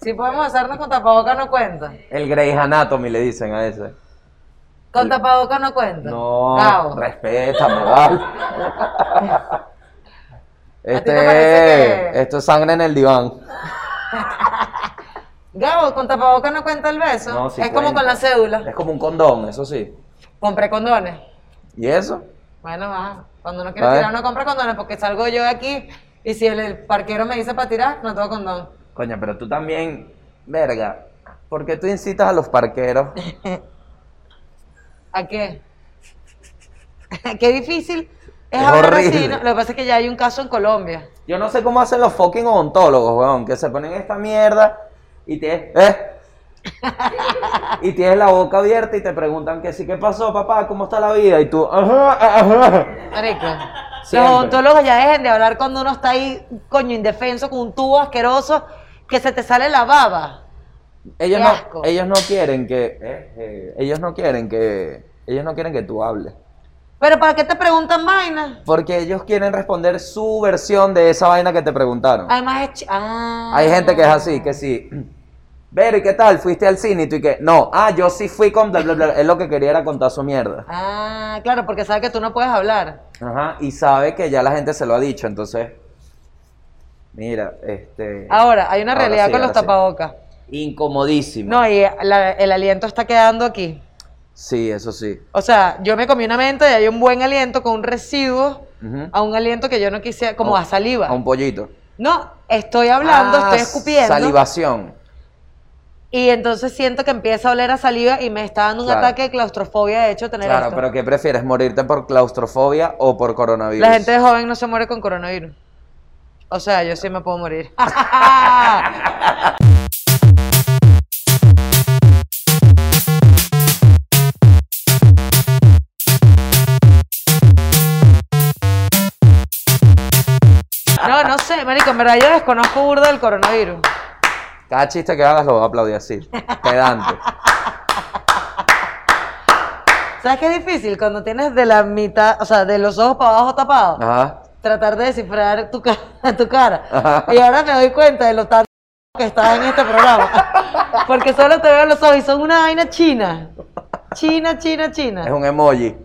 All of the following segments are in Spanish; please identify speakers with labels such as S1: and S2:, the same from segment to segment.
S1: Si podemos hacernos con tapabocas, no cuenta.
S2: El Grey's Anatomy le dicen a ese.
S1: Con
S2: El-
S1: tapabocas no cuenta.
S2: No,
S1: Gabo,
S2: respétame, vale. Este
S1: te parece
S2: es-
S1: que-
S2: Esto es sangre en el diván.
S1: Gabo, con tapabocas no cuenta el beso.
S2: No, sí
S1: es como
S2: cuenta.
S1: con la cédula.
S2: Es como un condón, eso sí.
S1: Compré condones.
S2: ¿Y eso?
S1: Bueno, va. Cuando uno quiere
S2: A ver.
S1: tirar, uno compra condones porque salgo yo de aquí y si el, el parquero me dice para tirar, no tengo condón.
S2: Coño, pero tú también, verga, ¿por qué tú incitas a los parqueros?
S1: ¿A qué? qué difícil. Es,
S2: Es
S1: hablar
S2: horrible.
S1: así, ¿no? Lo que pasa es que ya hay un caso en Colombia.
S2: Yo no sé cómo hacen los fucking odontólogos, weón, que se ponen esta mierda y te... ¿eh? Y tienes la boca abierta y te preguntan que sí, ¿qué pasó, papá? ¿Cómo está la vida? Y tú, ajá, ajá.
S1: Marico.
S2: Siempre.
S1: Los odontólogos ya dejen de hablar cuando uno está ahí, coño, indefenso, con un tubo asqueroso, que se te sale la baba.
S2: Ellos
S1: Qué
S2: no,
S1: asco.
S2: ellos no quieren que, eh, eh, ellos no quieren que, ellos no quieren que tú hables,
S1: Pero ¿para qué te preguntan vainas?
S2: porque ellos quieren responder su versión de esa vaina que te preguntaron.
S1: Además es... chi- Ah.
S2: Hay gente que es así, que sí. Pero, ¿y qué tal? ¿Fuiste al cine? Y tú, ¿y qué? No, ah, yo sí fui con bla, bla, bla. Es lo que quería era contar su mierda.
S1: Ah, claro, porque sabe que tú no puedes hablar.
S2: Ajá, y sabe que ya la gente se lo ha dicho, entonces. Mira, este.
S1: Ahora, hay una
S2: ahora
S1: realidad
S2: sí,
S1: con
S2: ahora
S1: los
S2: sí.
S1: tapabocas.
S2: Incomodísimo.
S1: No, y la- el aliento está quedando aquí.
S2: Sí, eso sí.
S1: O sea, yo me comí una menta y hay un buen aliento con un residuo
S2: Ujú.
S1: a un aliento que yo no quisiera, como
S2: A-
S1: a saliva.
S2: A un pollito.
S1: No, estoy hablando,
S2: Ah,
S1: estoy escupiendo.
S2: Salivación.
S1: Y entonces siento que empieza a oler a saliva y me está dando un
S2: Claro.
S1: ataque de claustrofobia, de hecho, tener
S2: Claro,
S1: esto.
S2: pero ¿qué prefieres? ¿Morirte por claustrofobia o por coronavirus?
S1: La gente joven no se muere con coronavirus. O sea, yo sí me puedo morir. No, no sé, marico, en verdad yo desconozco burda del coronavirus.
S2: Cada chiste que hagas lo va a aplaudir así. Pedante.
S1: ¿Sabes qué es difícil? Cuando tienes de la mitad, o sea, de los ojos para abajo tapados,
S2: Ajá.
S1: tratar de descifrar tu, ca- tu cara.
S2: Ajá.
S1: Y ahora me doy cuenta de lo tan que estaba en este programa. Porque solo te veo los ojos y son una vaina china. China, china,
S2: Es
S1: china.
S2: un emoji.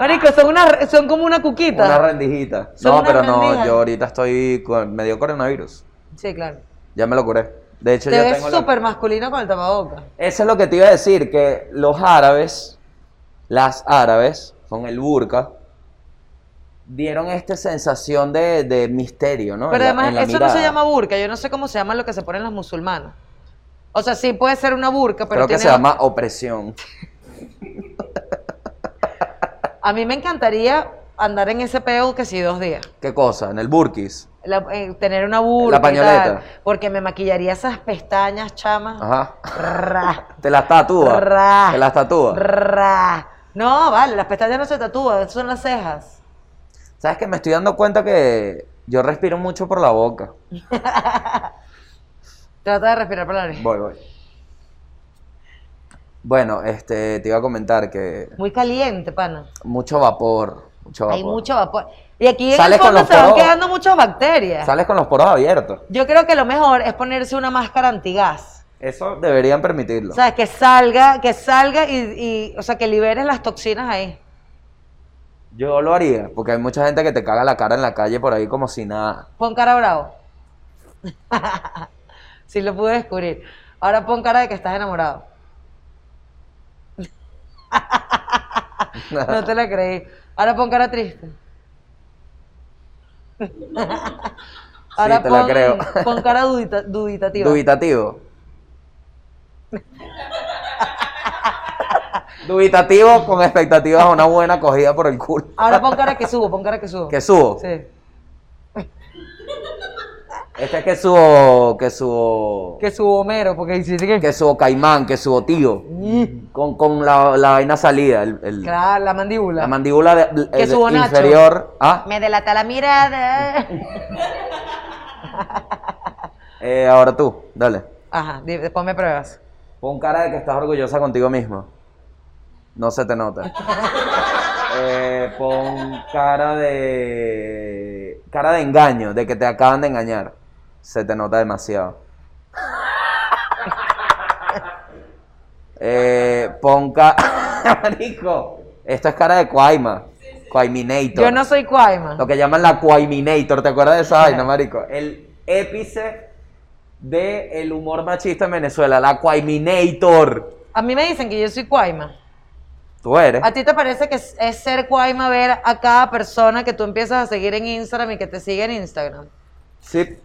S1: Marico, son, una, son como una cuquita.
S2: Una rendijita.
S1: Son
S2: No,
S1: una
S2: pero no,
S1: rendija.
S2: yo ahorita estoy con, me dio coronavirus.
S1: Sí, claro.
S2: Ya me lo curé. De hecho,
S1: Te
S2: yo
S1: ves
S2: tengo la-
S1: súper masculino con el tapaboca.
S2: Eso es lo que te iba a decir, que los árabes, las árabes, con el burka, dieron esta sensación de, de misterio, ¿no?
S1: Pero
S2: En la-
S1: además,
S2: en la
S1: eso no
S2: mirada.
S1: se llama burka. Yo no sé cómo se llama lo que se ponen las musulmanas. O sea, sí puede ser una burka, pero
S2: Creo que
S1: tiene
S2: se llama opresión.
S1: A mí me encantaría andar en ese peo que sí dos días.
S2: ¿Qué cosa? En el burkis.
S1: La- eh, tener una burla.
S2: La pañoleta.
S1: porque me maquillaría esas pestañas, chama.
S2: Ajá.
S1: Ra,
S2: Te las tatúa.
S1: Ah. ra,
S2: Te las tatúa.
S1: ra. No, vale, las pestañas no se tatúan, son las cejas.
S2: ¿Sabes que Me estoy dando cuenta que yo respiro mucho por la boca.
S1: Trata de respirar por la nariz.
S2: Voy, voy. Bueno, este, te iba a comentar que
S1: Muy caliente, pana.
S2: mucho vapor, mucho vapor.
S1: Hay mucho vapor. Y aquí en
S2: pues. Sales
S1: el
S2: con
S1: fondo
S2: los
S1: se van
S2: poros.
S1: quedando muchas bacterias.
S2: Sales con los poros abiertos.
S1: Yo creo que lo mejor es ponerse una máscara antigás.
S2: Eso deberían permitirlo.
S1: O sea, que salga, que salga y, y- o sea, que liberes las toxinas ahí.
S2: Yo lo haría, porque hay mucha gente que te caga la cara en la calle por ahí como si nada.
S1: Pon cara bravo. sí lo pude descubrir. Ahora pon cara de que estás enamorado. no te la creí. Ahora pon cara triste. Ahora
S2: te la
S1: pon,
S2: creo.
S1: pon cara dudita- duditativa.
S2: Dubitativo. Dubitativo con expectativas a una buena acogida por el culo.
S1: Ahora pon cara que subo, pon cara que subo.
S2: Que subo.
S1: Sí.
S2: Este es que subo, que subo,
S1: Que subo Homero, porque hiciste que...
S2: que subo caimán, que subo tío. Con, con la, la vaina salida, el- el-
S1: Claro, la mandíbula.
S2: la mandíbula de-
S1: Que
S2: el
S1: subo Nacho.
S2: inferior. ¿ah?
S1: Me delata la mirada.
S2: Eh, ahora tú, dale.
S1: Ajá, di- después me pruebas.
S2: Pon cara de que estás orgullosa contigo mismo. No se te nota. Eh, pon cara de. cara de engaño, de que te acaban de engañar. Se te nota demasiado. Eh, ponca. Marico. Esto es cara de Cuaima. Cuaiminator.
S1: Yo no soy cuaima.
S2: Lo que llaman la Quaiminator, ¿te acuerdas de esa vaina, marico? El épice del humor machista en Venezuela, la Quaiminator.
S1: A mí me dicen que yo soy cuaima.
S2: Tú eres.
S1: ¿A ti te parece que es es ser cuaima ver a cada persona que tú empiezas a seguir en Instagram y que te sigue en Instagram?
S2: Sí.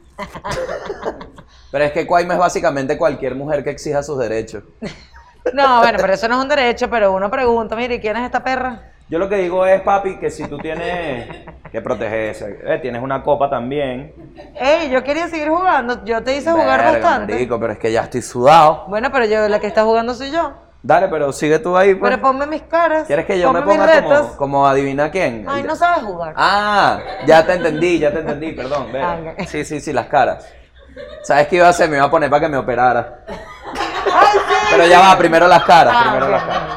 S2: Pero es que Quaima es básicamente cualquier mujer que exija sus derechos.
S1: No, bueno, pero eso no es un derecho, pero uno pregunta, mire, ¿quién es esta perra?
S2: Yo lo que digo es, papi, que si tú tienes que protegerse, eh, tienes una copa también.
S1: Ey, yo quería seguir jugando, yo te hice jugar
S2: Verga,
S1: bastante.
S2: marico, pero es que ya estoy sudado.
S1: Bueno, pero yo la que está jugando soy yo.
S2: Dale, pero sigue tú ahí. Pues.
S1: Pero ponme mis caras.
S2: ¿Quieres que yo me
S1: ponme mis
S2: ponga
S1: retos.
S2: como, como adivina quién?
S1: Ay, no sabes jugar.
S2: Ah, ya te entendí, ya te entendí, perdón. verga.
S1: Ah, ok.
S2: Sí, sí, sí, las caras. ¿Sabes qué iba a hacer? Me iba a poner para que me operara. Ah.
S1: ¡Ay, sí!
S2: Pero ya va, primero las caras,
S1: Ah,
S2: primero
S1: ok.
S2: las caras.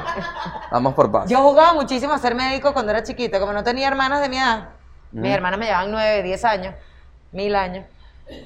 S2: Vamos por paz.
S1: Yo jugaba muchísimo a ser médico cuando era chiquita, como no tenía hermanas de mi edad. Mis hermanas me llevaban 9, 10 años, mil años.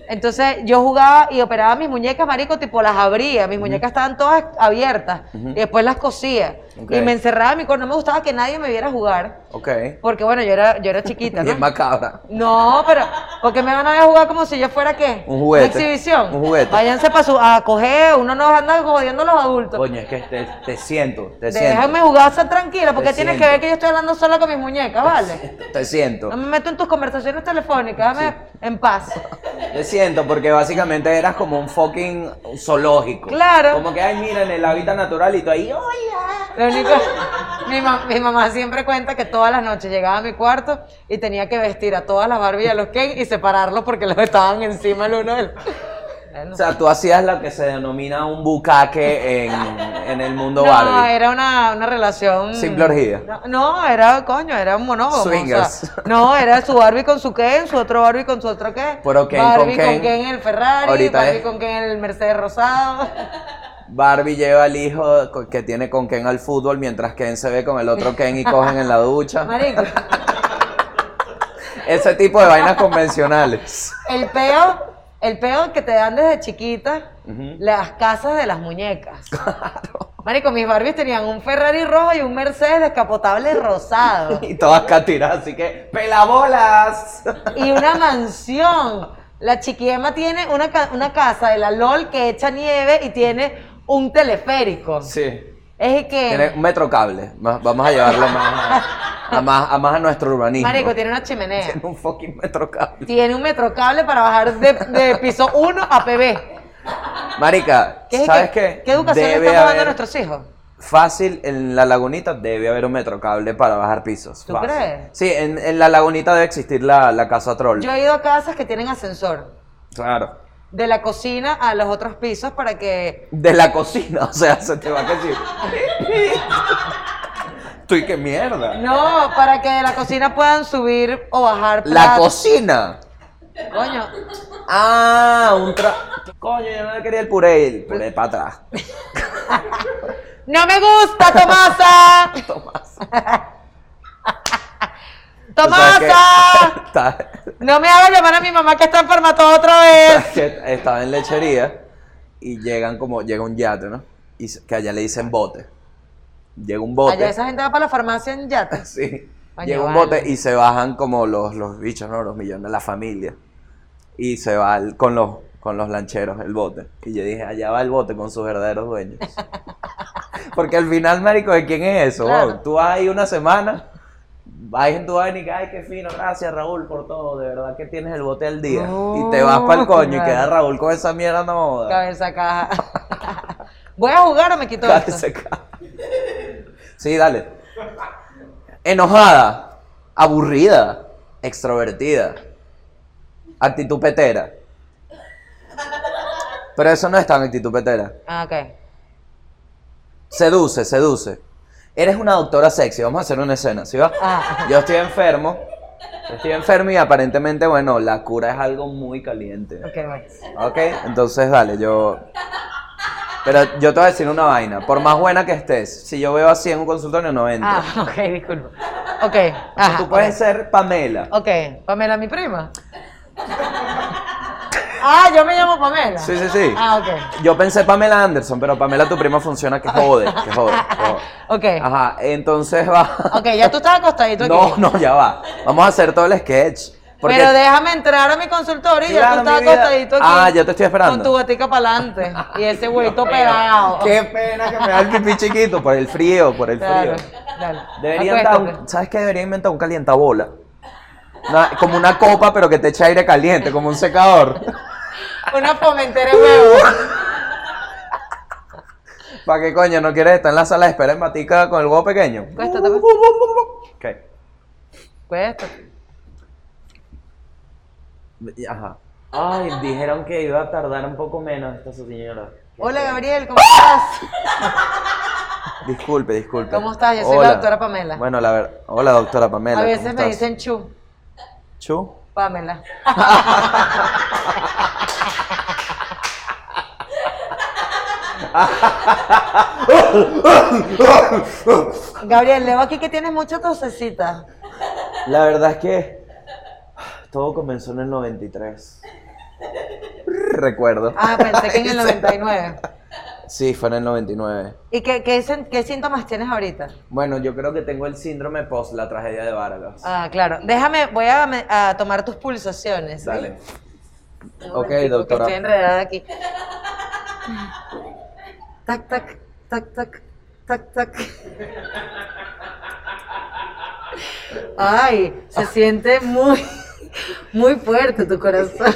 S1: Entonces yo jugaba y operaba mis muñecas, marico, tipo las abría, mis muñecas estaban todas abiertas
S2: Ujú.
S1: y después las cosía.
S2: Ok.
S1: Y me encerraba en mi cuarto, no me gustaba que nadie me viera jugar,
S2: Ok.
S1: porque bueno, yo era, yo era chiquita,
S2: Bien
S1: ¿no?
S2: macabra.
S1: No, pero porque me van a ver jugar como si yo fuera qué?
S2: Un juguete.
S1: Una exhibición.
S2: Un juguete.
S1: Váyanse para su a coger, uno no anda jodiendo a los adultos.
S2: Coño, es que te, te siento, te
S1: Déjame jugar, estar tranquila, porque
S2: Te
S1: tienes que
S2: siento.
S1: ver que yo estoy hablando sola con mis muñecas, ¿vale?
S2: siento. Te siento.
S1: No me meto en tus conversaciones telefónicas, déjame en paz.
S2: Te siento porque básicamente eras como un fucking zoológico.
S1: Claro.
S2: Como que, ay, mira, en el hábitat natural y tú ahí, hola.
S1: Lo único, mi, ma- mi mamá siempre cuenta que todas las noches llegaba a mi cuarto y tenía que vestir a todas las Barbie y a los Ken y separarlos porque los estaban encima el uno del
S2: O sea, tú hacías lo que se denomina un bucaque en, en el mundo
S1: No, eh,
S2: Barbie.
S1: era una, una relación.
S2: Simple orgía.
S1: No, no, era, coño, era un monólogo.
S2: Swingers.
S1: o sea, no, era su Barbie con su Ken, su otro Barbie con su otro Ken.
S2: Pero Ken con
S1: Barbie
S2: Ken.
S1: en el Ferrari,
S2: Ahorita
S1: Barbie
S2: es-
S1: con Ken en el Mercedes Rosado.
S2: Barbie lleva al hijo co- que tiene con Ken al fútbol mientras Ken se ve con el otro Ken y cogen en la ducha.
S1: Marico,
S2: Ese tipo de vainas convencionales.
S1: el peo, el peo que te dan desde chiquita,
S2: Ujú.
S1: las casas de las muñecas. Marico, mis Barbies tenían un Ferrari rojo y un Mercedes descapotable rosado.
S2: Y todas catiradas, así que pelabolas.
S1: y una mansión. La chiquiema tiene una, ca- una casa de la LOL que echa nieve y tiene un teleférico.
S2: Sí.
S1: Es que,
S2: Tiene un metro cable. Más- Vamos a llevarlo más a, a más, a más a nuestro urbanismo.
S1: marico, tiene una chimenea.
S2: Tiene un fucking metro cable.
S1: Tiene un metrocable para bajar de, de piso 1 a PB.
S2: Marica,
S1: ¿Qué, es
S2: ¿sabes
S1: que-
S2: qué?
S1: ¿Qué educación le
S2: Debe
S1: estamos dando a
S2: haber-
S1: nuestros hijos?
S2: Fácil, en la lagunita debe haber un metrocable para bajar pisos.
S1: ¿Tú
S2: Fácil.
S1: crees?
S2: Sí, en, en la lagunita debe existir la, la casa troll.
S1: Yo he ido a casas que tienen ascensor.
S2: Claro.
S1: De la cocina a los otros pisos para que...
S2: De la cocina, o sea, se te va a decir. Tú y qué mierda.
S1: No, para que de la cocina puedan subir o bajar
S2: La
S1: platos.
S2: cocina.
S1: Coño,
S2: Ah, un tra. Coño, yo no quería el puré, el puré para atrás.
S1: ¡No me gusta, Tomasa!
S2: O sea que-
S1: ¡Tomasa!
S2: Está-
S1: No me hagas llamar a mi mamá que está enferma toda otra vez.
S2: que estaba en lechería y llegan como, llega un yate, ¿no? Y se- que allá le dicen bote. Llega un bote.
S1: Allá esa gente va para la farmacia en yates.
S2: Sí.
S1: Coño,
S2: Llega un
S1: vale.
S2: bote y se bajan como los, los bichos, ¿no? Los millones, la familia. Y se va el- con los con los lancheros el bote. Y yo dije, allá va el bote con sus verdaderos dueños. Porque al final, marico, ¿de quién es eso?
S1: Claro.
S2: weón? Tú vas ahí una semana, vas en tu vaina y que, ay, qué fino, gracias Raúl por todo, de verdad que tienes el bote al día. y te vas para el coño y
S1: claro.
S2: queda Raúl con esa mierda, no joda.
S1: Cabeza caja. ¿Voy a jugar o me quito
S2: Cabeza
S1: esto?
S2: caja. Sí, dale. Enojada, aburrida, extrovertida, actitud petera. Pero eso no es tan actitud petera.
S1: Ah, ok.
S2: Seduce, seduce. Eres una doctora sexy. Vamos a hacer una escena, ¿sí va?
S1: Ah.
S2: Yo estoy enfermo. Estoy enfermo y aparentemente, bueno, la cura es algo muy caliente.
S1: Ok, bueno.
S2: Ok, entonces dale, yo. Pero yo te voy a decir una vaina. Por más buena que estés, si yo veo así en un consultorio, no entro.
S1: Ah, ok, disculpa. Ok, ajá.
S2: Tú puedes ser Pamela.
S1: Ok, Pamela, mi prima. Ah, yo me llamo Pamela.
S2: Sí, sí, sí.
S1: Ah, ok.
S2: Yo pensé Pamela Anderson, pero Pamela tu prima funciona que jode, que jode. que jode.
S1: Ok.
S2: Ajá, entonces va.
S1: Ok, ya tú estás acostadito aquí.
S2: No, no, ya va. Vamos a hacer todo el sketch. Porque
S1: Pero déjame entrar a mi consultorio y ya
S2: Claro,
S1: tú estás
S2: mi vida.
S1: acostadito aquí.
S2: Ah, ya te estoy esperando.
S1: Con tu botica para adelante y ese huevito pegado.
S2: qué pena que me da el pipí chiquito por el frío, por el
S1: Claro,
S2: frío.
S1: dale.
S2: Deberían dar
S1: Acuéstate.
S2: un- ¿Sabes qué? Deberían inventar un calientabola. Una- como una copa, pero que te eche aire caliente, como un secador.
S1: Una fomentera de huevo.
S2: ¿Para qué coño? ¿No quieres estar en la sala de espera en Matica con el huevo pequeño? Uh,
S1: Acuéstate, pues.
S2: Ok.
S1: Acuéstate.
S2: Ajá. Ay, dijeron que iba a tardar un poco menos esta señora.
S1: Hola, Gabriel, ¿cómo estás?
S2: Disculpe, disculpe.
S1: ¿Cómo estás? Yo soy la doctora Pamela.
S2: Bueno, la verdad. Hola, doctora Pamela.
S1: A
S2: ¿cómo
S1: veces me
S2: estás?
S1: dicen Chu,
S2: Chu.
S1: Pamela. Gabriel, leo aquí que tienes mucha tosecita.
S2: La verdad es que todo comenzó en el 93. Recuerdo.
S1: Ah, pensé que en el 99.
S2: Sí, fue en el 99.
S1: ¿Y qué, qué, sen- qué síntomas tienes ahorita?
S2: Bueno, yo creo que tengo el síndrome post la tragedia de Vargas.
S1: Ah, claro. Déjame, voy a, me- a tomar tus pulsaciones. ¿sí?
S2: Dale.
S1: Un
S2: Ok,
S1: momentico, que
S2: doctora.
S1: Estoy enredada aquí. Tac, tac, tac, tac, tac, tac. Ay, se siente muy, muy fuerte tu corazón.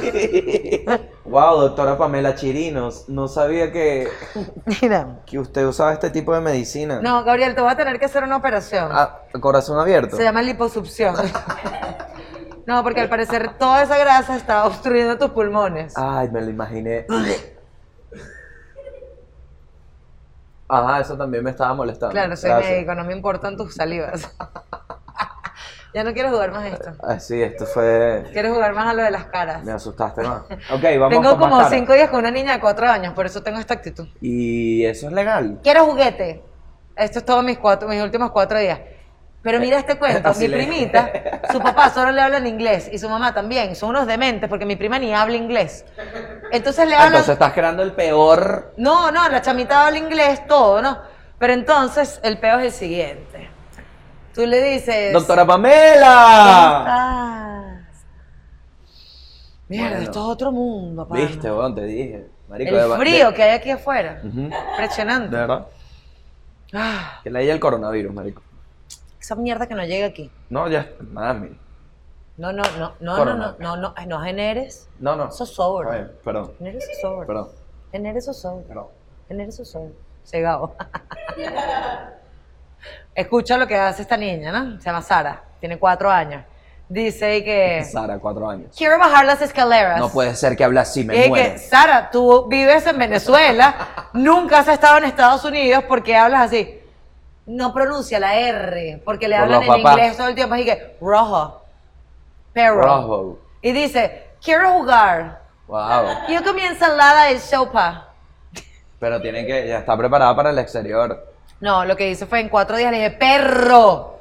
S2: Wow, doctora Pamela Chirinos, no sabía que,
S1: Mira.
S2: que usted usaba este tipo de medicina.
S1: No, Gabriel, te voy a tener que hacer una operación.
S2: Ah, corazón abierto.
S1: Se llama liposucción. No, porque al parecer toda esa grasa está obstruyendo tus pulmones.
S2: Ay, me lo imaginé. Ajá, eso también me estaba molestando.
S1: Claro, soy
S2: Gracias.
S1: médico, no me importan tus salivas. ya no quiero jugar más a esto.
S2: Ah, sí, esto fue.
S1: Quiero jugar más a lo de las caras.
S2: Me asustaste más. Ok, vamos
S1: Tengo
S2: con más
S1: como
S2: cara.
S1: cinco días con una niña de cuatro años, por eso tengo esta actitud.
S2: Y eso es legal.
S1: Quiero juguete. Esto es todo mis cuatro, mis últimos cuatro días. Pero mira este cuento,
S2: Así
S1: mi
S2: le-
S1: primita, su papá solo le habla en inglés y su mamá también, son unos dementes porque mi prima ni habla inglés. Entonces le
S2: Ah,
S1: hablan,
S2: Entonces estás creando el peor.
S1: no, no, la chamita habla inglés, todo, ¿no? Pero entonces el peo es el siguiente. Tú le dices,
S2: ¡Doctora
S1: ¿Cómo
S2: Pamela!
S1: estás? Mierda,
S2: Bueno.
S1: esto es otro mundo, pana.
S2: Viste, weón, te dije. Marico, de-
S1: El
S2: de-
S1: frío que hay aquí afuera.
S2: Ujú.
S1: Impresionante.
S2: De verdad.
S1: Ah,
S2: Que le haya el coronavirus, marico.
S1: esa mierda que no llega aquí.
S2: No, ya. Mami.
S1: No, no, no, no, no,
S2: Corona.
S1: no, no, no, ay, no generes
S2: No, no. Está
S1: zozobra.
S2: bien, Perdón.
S1: Generes zozobra.
S2: Perdón.
S1: Generes zozobra.
S2: Perdón.
S1: Generes zozobra. Cegado. Escucha lo que hace esta niña, ¿no? Se llama Sara. Tiene cuatro años. Dice que
S2: Eh. Sara, cuatro años.
S1: quiero bajar las escaleras.
S2: No puede ser que hable así,
S1: Y
S2: me
S1: es
S2: muero.
S1: que, Sara, tú vives en Venezuela, nunca has estado en Estados Unidos, porque hablas así? No pronuncia la R, porque le
S2: Por
S1: hablan
S2: los
S1: en
S2: papás.
S1: inglés todo el tiempo, así que, rojo, perro.
S2: Rojo.
S1: Y dice, quiero jugar.
S2: Wow.
S1: Yo comí ensalada de sopa.
S2: Pero tiene que. Ya está preparada para el exterior.
S1: No, lo que hice fue en cuatro días le dije, perro,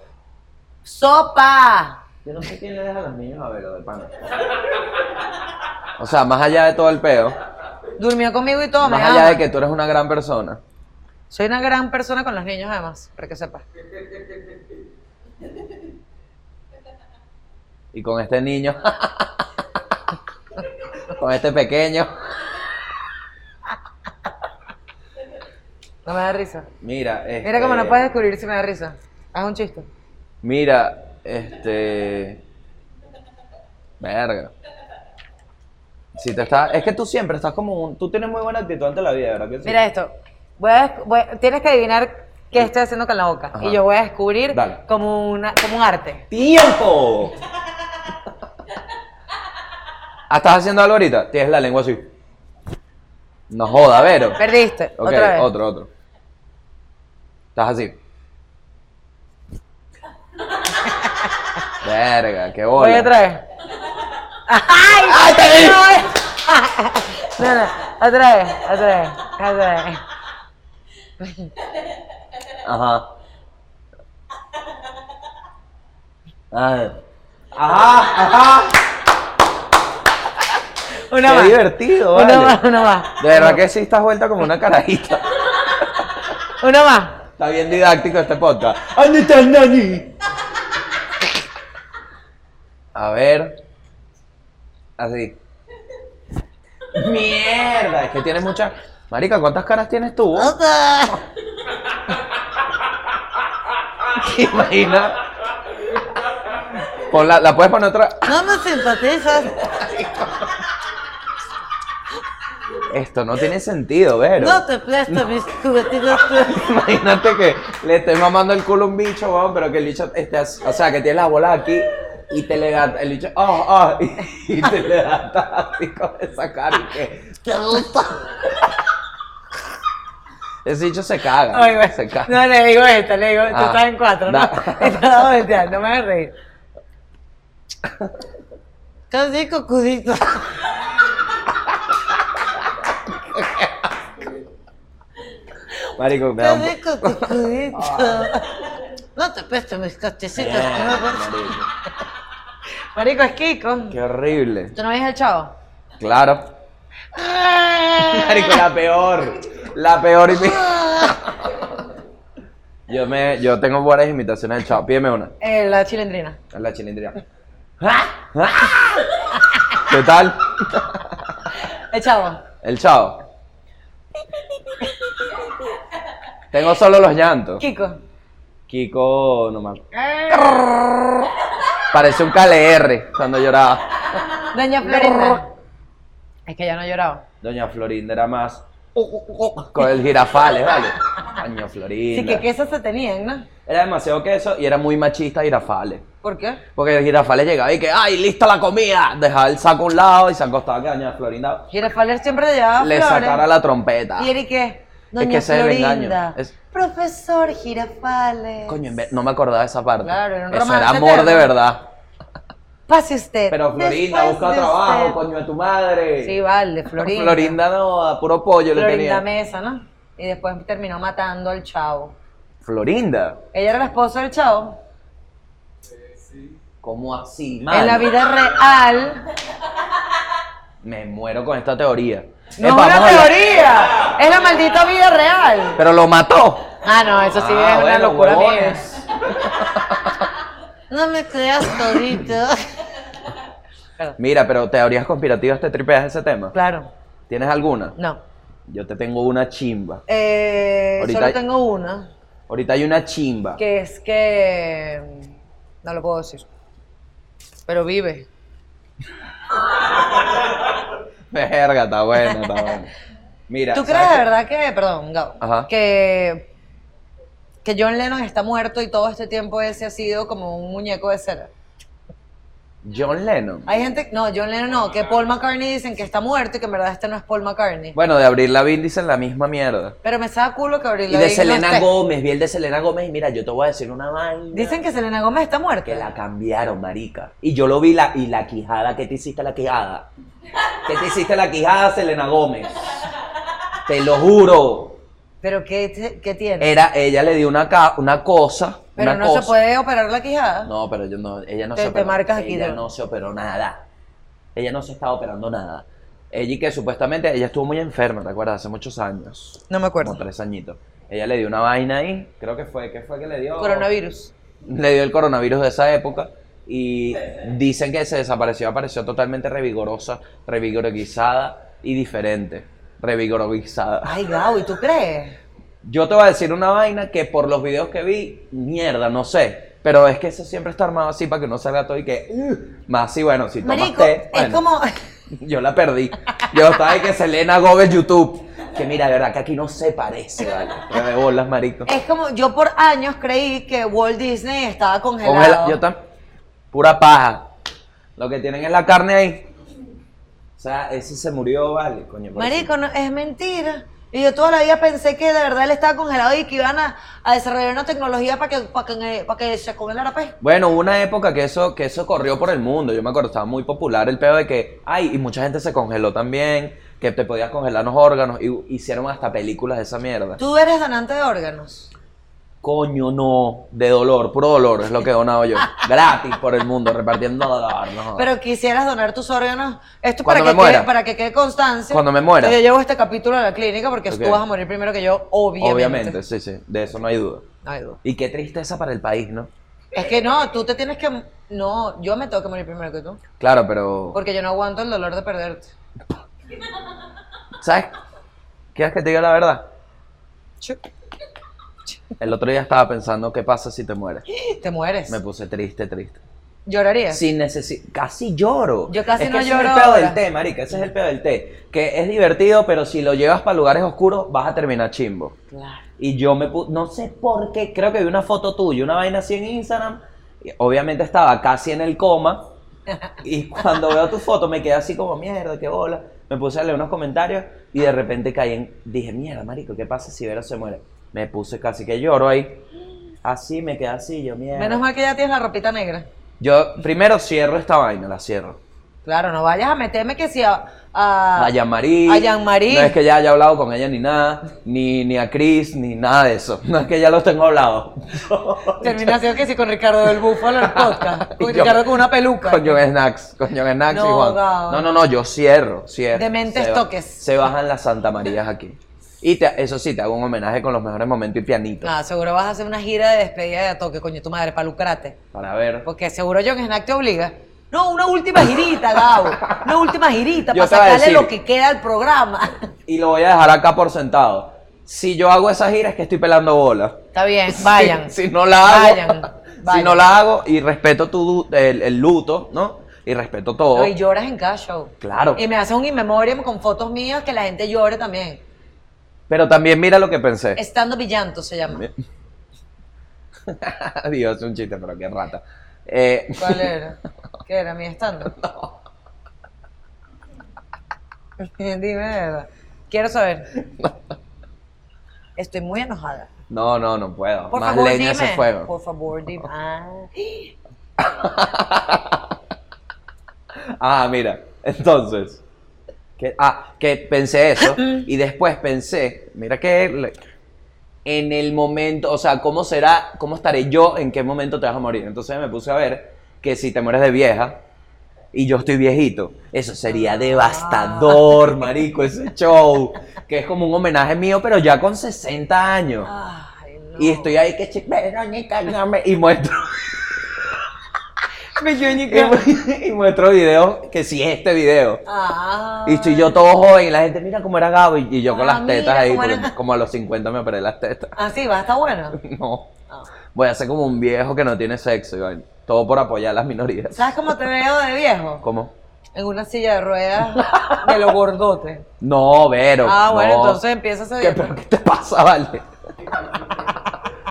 S1: sopa.
S2: Yo no sé quién le deja a los niños a ver lo de pana. O sea, más allá de todo el peo,
S1: Durmió conmigo y todo, me
S2: más allá de
S1: ama.
S2: que tú eres una gran persona.
S1: Soy una gran persona con los niños, además, para que sepas.
S2: Y con este niño. con este pequeño.
S1: No me da risa.
S2: Mira, este,
S1: Mira cómo no puedes descubrir si me da risa. Haz un chiste.
S2: Mira, este. Verga. Si te está. Es que tú siempre estás como un. Tú tienes muy buena actitud ante la vida, ¿verdad? Que sí?
S1: Mira esto. Voy a des- voy- tienes que adivinar qué estoy haciendo con la boca.
S2: Ajá.
S1: Y yo voy a descubrir
S2: Dale.
S1: como, una, como un arte.
S2: ¡Tiempo! Ah, ¿Estás haciendo algo ahorita? Tienes la lengua así. No joda, Vero.
S1: Perdiste.
S2: Ok,
S1: otra vez.
S2: otro, otro. Estás así. Verga, qué bola.
S1: Voy otra vez. ¡Ay! eh.
S2: ¡Ay, te vi!
S1: No, no, Otra vez, otra vez, otra vez.
S2: Ajá. Ajá, ajá.
S1: Una
S2: Qué
S1: más.
S2: divertido,
S1: Una
S2: vale.
S1: más, una más.
S2: De verdad que sí estás vuelta como una carajita.
S1: Una más.
S2: Está bien didáctico este podcast. ¿Dónde está Nani? A ver. Así. Mierda, es que tienes muchas. Marica, ¿cuántas caras tienes tú?
S1: Ah.
S2: ¿Te imaginas? Ponla- la puedes poner otra.
S1: No me simpatizas.
S2: Esto no tiene sentido, pero.
S1: te presto mis juguetitos.
S2: Imagínate que le estés mamando el culo a un bicho, weón, pero que el bicho esté así- o sea, que tiene la bola aquí y te le gata, el bicho, ah, ah, y, y te le gata así con esa cara y que,
S1: Te gusta.
S2: ese bicho se caga,
S1: Ay, bueno.
S2: Ah, se caga.
S1: No, le digo esta, le digo, tú
S2: Ah,
S1: estás en cuatro, ¿no?
S2: da.
S1: Estaba volteando, me voy a reír. Qué rico, cudito.
S2: Marico,
S1: Qué
S2: me da un... po-
S1: rico tu cudito. No te presto mis cachecitos.
S2: Mierda,
S1: no me presto.
S2: Ah, marico,
S1: Marico, es Kiko.
S2: Qué horrible.
S1: ¿Tú no ves el chavo?
S2: Claro. Marico, la peor, la peor. imi- Yo me, yo tengo buenas imitaciones del chavo, pídeme una.
S1: Eh, la chilendrina.
S2: Es la chilindrina.
S1: Ah.
S2: ¿Qué tal?
S1: El chavo.
S2: El chavo. Tengo solo los llantos.
S1: Kiko.
S2: Kiko, no mames. Parece un KLR cuando lloraba.
S1: Doña Florinda. Es que ya no he llorado.
S2: Doña Florinda era más con el girafales, ¿vale? Doña
S1: Sí, que
S2: Florinda.
S1: quesos se tenían, ¿no?
S2: Era demasiado queso y era muy machista girafales.
S1: ¿Por qué?
S2: Porque el girafales llegaba y que, ¡ay, lista la comida! Dejaba el saco a un lado y se acostaba que Doña Florinda
S1: Girafaler siempre le llevaba
S2: le
S1: flores.
S2: sacara la trompeta.
S1: ¿Y Eri qué? Doña
S2: que ese Ah. es el
S1: Florinda.
S2: engaño. Es-
S1: Profesor Girafales.
S2: Coño, en vez- no me acordaba de esa parte.
S1: Claro, era un
S2: Eso
S1: romance
S2: era amor de
S1: eterno.
S2: verdad.
S1: Pase usted.
S2: Pero Florinda,
S1: Después
S2: busca
S1: de
S2: trabajo,
S1: usted.
S2: coño de tu madre.
S1: Sí, vale, Florinda.
S2: Florinda no, a puro pollo le
S1: Florinda
S2: tenía.
S1: Mesa, ¿no? Y después terminó matando al chavo.
S2: Florinda,
S1: Ella era la esposa del chavo.
S2: ¿cómo así,
S1: En la
S2: mano?
S1: vida real.
S2: Me muero con esta teoría.
S1: No
S2: Epa,
S1: es una
S2: vamos a hablar-
S1: teoría. Es la maldita vida real.
S2: Pero lo mató.
S1: Ah, no, eso sí
S2: Ah,
S1: es una
S2: bueno,
S1: locura mía.
S2: huevones.
S1: No me creas todito.
S2: Mira, pero teorías conspirativas te tripeas ese tema.
S1: claro,
S2: ¿Tienes alguna?
S1: no.
S2: Yo te tengo una chimba.
S1: Eh,
S2: Ahorita
S1: solo
S2: hay-
S1: tengo una,
S2: Ahorita hay una chimba.
S1: que es que... No lo puedo decir. Pero vive.
S2: Verga, está buena, está buena. Mira.
S1: ¿Tú
S2: ¿sabes
S1: crees de
S2: qué?
S1: verdad que, perdón, Gabo,
S2: Ajá.
S1: que, que John Lennon está muerto y todo este tiempo ese ha sido como un muñeco de cera?
S2: John Lennon.
S1: Hay gente, no, John Lennon no, que Paul McCartney dicen que está muerto y que en verdad este no es Paul McCartney.
S2: Bueno, de abrir la dicen la misma mierda.
S1: Pero me sabe culo que Avril
S2: Y de
S1: Lavigne no
S2: Selena
S1: esté.
S2: Gómez, vi el de Selena Gómez y mira, yo te voy a decir una vaina.
S1: Dicen que Selena Gómez está muerta.
S2: que la cambiaron, marica. Y yo lo vi la, y la quijada, ¿qué te hiciste la quijada? ¿Qué te hiciste la quijada, Selena Gómez? Te lo juro.
S1: ¿Pero qué, te- qué tiene?
S2: Era, ella le dio una, ca- una cosa.
S1: Pero
S2: Eh, una
S1: no
S2: cosa.
S1: se puede operar la quijada.
S2: No, pero yo no, ella no
S1: Te-
S2: se
S1: te
S2: operó.
S1: marcas aquí,
S2: ella
S1: ¿no?
S2: no se operó nada. Ella no se estaba operando nada. Ella y que supuestamente ella estuvo muy enferma, ¿te acuerdas? Hace muchos años.
S1: No me acuerdo.
S2: como tres añitos. Ella le dio una vaina ahí, creo que fue, ¿qué fue que le dio?
S1: Coronavirus.
S2: Le dio el coronavirus de esa época y dicen que se desapareció, apareció totalmente revigorosa, revigorizada y diferente. Revigorizada.
S1: Ay, Gabo, ¿y tú crees?
S2: Yo te voy a decir una vaina que por los videos que vi, mierda, no sé. Pero es que eso siempre está armado así para que no salga todo y que... "Ugh". más si, bueno, si tomas
S1: Marico,
S2: té,
S1: es
S2: bueno.
S1: como.
S2: Yo la perdí. Yo estaba de que Selena Gómez YouTube. Que mira, de verdad que aquí no se parece, ¿vale? Que me bolas, marico.
S1: Es como. Yo por años creí que Walt Disney estaba congelado.
S2: Congela- yo tam- Pura paja. Lo que tienen es la carne ahí. O sea, ese se murió, vale, coño. por
S1: Marico, no, es mentira. Y yo toda la vida pensé que de verdad él estaba congelado y que iban a, a desarrollar una tecnología para que, para que, para que se congelara, pues.
S2: eso. Bueno, hubo una época que eso, que eso corrió por el mundo. Yo me acuerdo, estaba muy popular el pedo de que, ay, y mucha gente se congeló también, que te podías congelar los órganos, y hicieron hasta películas de esa mierda.
S1: Tú eres donante de órganos.
S2: Coño, no. De dolor, pro dolor, es lo que he donado yo. Gratis por el mundo, repartiendo dolor. No. jodas.
S1: Pero quisieras donar tus órganos. Esto para
S2: Cuando
S1: que,
S2: me muera.
S1: quede, para que quede constancia.
S2: Cuando me muera.
S1: Que Yo llevo este capítulo a la clínica porque
S2: Ok.
S1: tú vas a morir primero que yo, obviamente.
S2: Obviamente, sí, sí. De eso no hay duda.
S1: No hay duda.
S2: Y qué tristeza para el país, ¿no?
S1: Es que no, tú te tienes que. No, yo me tengo que morir primero que tú.
S2: Claro, pero.
S1: Porque yo no aguanto el dolor de perderte.
S2: ¿Sabes? ¿Quieres que te diga la verdad? El otro día estaba pensando, ¿qué pasa si te mueres?
S1: Te mueres.
S2: Me puse triste, triste.
S1: ¿Llorarías?
S2: Sin necesi- Casi lloro.
S1: Yo casi
S2: Es que
S1: no
S2: ese Es
S1: lloro
S2: el pedo del
S1: ahora.
S2: té, marica. Ese es el pedo del té. Que es divertido, pero si lo llevas para lugares oscuros, vas a terminar chimbo.
S1: Claro.
S2: Y yo me puse, no sé por qué, creo que vi una foto tuya, una vaina así en Instagram. y obviamente estaba casi en el coma. Y cuando veo tu foto me quedé así como, mierda, qué bola. Me puse a leer unos comentarios y de repente caí en, dije, mierda, marico, ¿qué pasa si Vero se muere? Me puse casi que lloro ahí. Así me quedé así, yo, mierda.
S1: Menos mal que ya tienes la ropita negra.
S2: Yo primero cierro esta vaina, la cierro.
S1: Claro, no vayas a meterme que si a. a-
S2: a Yanmarí.
S1: Ah. A Yanmarí.
S2: No es que ya haya hablado con ella ni nada, ni, ni a Chris, ni nada de eso. No es que ya los tengo hablado.
S1: Terminación que si con Ricardo del Búfalo el podcast.
S2: Y
S1: Con
S2: yo-
S1: Ricardo con una peluca.
S2: Con John Snacks, con John Snacks y
S1: No,
S2: Juan.
S1: Gabo.
S2: No, no, no, yo cierro, cierro.
S1: Dementes
S2: Se ba-
S1: toques.
S2: Se bajan las Santa Marías aquí. Y te- eso sí, te hago un homenaje con los mejores momentos y pianito.
S1: Nada, seguro vas a hacer una gira de despedida de a toque, coño, tu madre, para lucrarte.
S2: Para ver.
S1: Porque seguro John Snack te obliga. No, una última girita, Gabo. Una última girita
S2: Yo
S1: para
S2: te iba a
S1: sacarle
S2: decir-
S1: lo que queda al programa.
S2: Y lo voy a dejar acá por sentado. Si yo hago esa gira es que estoy pelando bola.
S1: Está bien, vayan.
S2: Si, si no la hago.
S1: Vayan,
S2: Si
S1: vayan.
S2: no la hago y respeto tu, du- el, el luto, ¿no? Y respeto todo.
S1: No, y lloras en cada show.
S2: Claro.
S1: Y me haces un in memoriam con fotos mías que la gente llore también.
S2: Pero también mira lo que pensé.
S1: Estando villanto se llama.
S2: Dios, un chiste, pero qué rata. Eh,
S1: ¿Cuál era? ¿Qué era mi estando? Dime de verdad. Quiero saber. Estoy muy enojada.
S2: no, no, no puedo.
S1: Por
S2: Más
S1: favor,
S2: leña a
S1: dime.
S2: ese fuego.
S1: Por favor, dime. Ah.
S2: Ah, mira. Entonces. que- ah, que pensé eso. y después pensé, mira que le- en el momento, o sea, ¿cómo será, cómo estaré yo, en qué momento te vas a morir? Entonces me puse a ver que si te mueres de vieja y yo estoy viejito, eso sería devastador, marico, ese show. Que es como un homenaje mío, pero ya con 60 años.
S1: Ay, Ah, no.
S2: Y estoy ahí que che, Verónica, no me- Y muestro. y, mu- y muestro videos que sí este video.
S1: Ah.
S2: Y estoy yo todo joven y la gente, mira cómo era Gabo. Y, y yo con
S1: Ah,
S2: las tetas
S1: mira
S2: ahí,
S1: cómo era.
S2: porque como a los 50 me operé las tetas.
S1: Ah, sí, va, está bueno.
S2: No.
S1: Ah.
S2: Voy a ser como un viejo que no tiene sexo, Iván. Todo por apoyar a las minorías.
S1: ¿Sabes cómo te veo de viejo?
S2: ¿Cómo?
S1: En una silla de ruedas de los gordotes.
S2: No, Vero.
S1: Ah, bueno,
S2: no.
S1: entonces eh. empieza a
S2: ¿Qué, pero ¿qué te pasa, vale?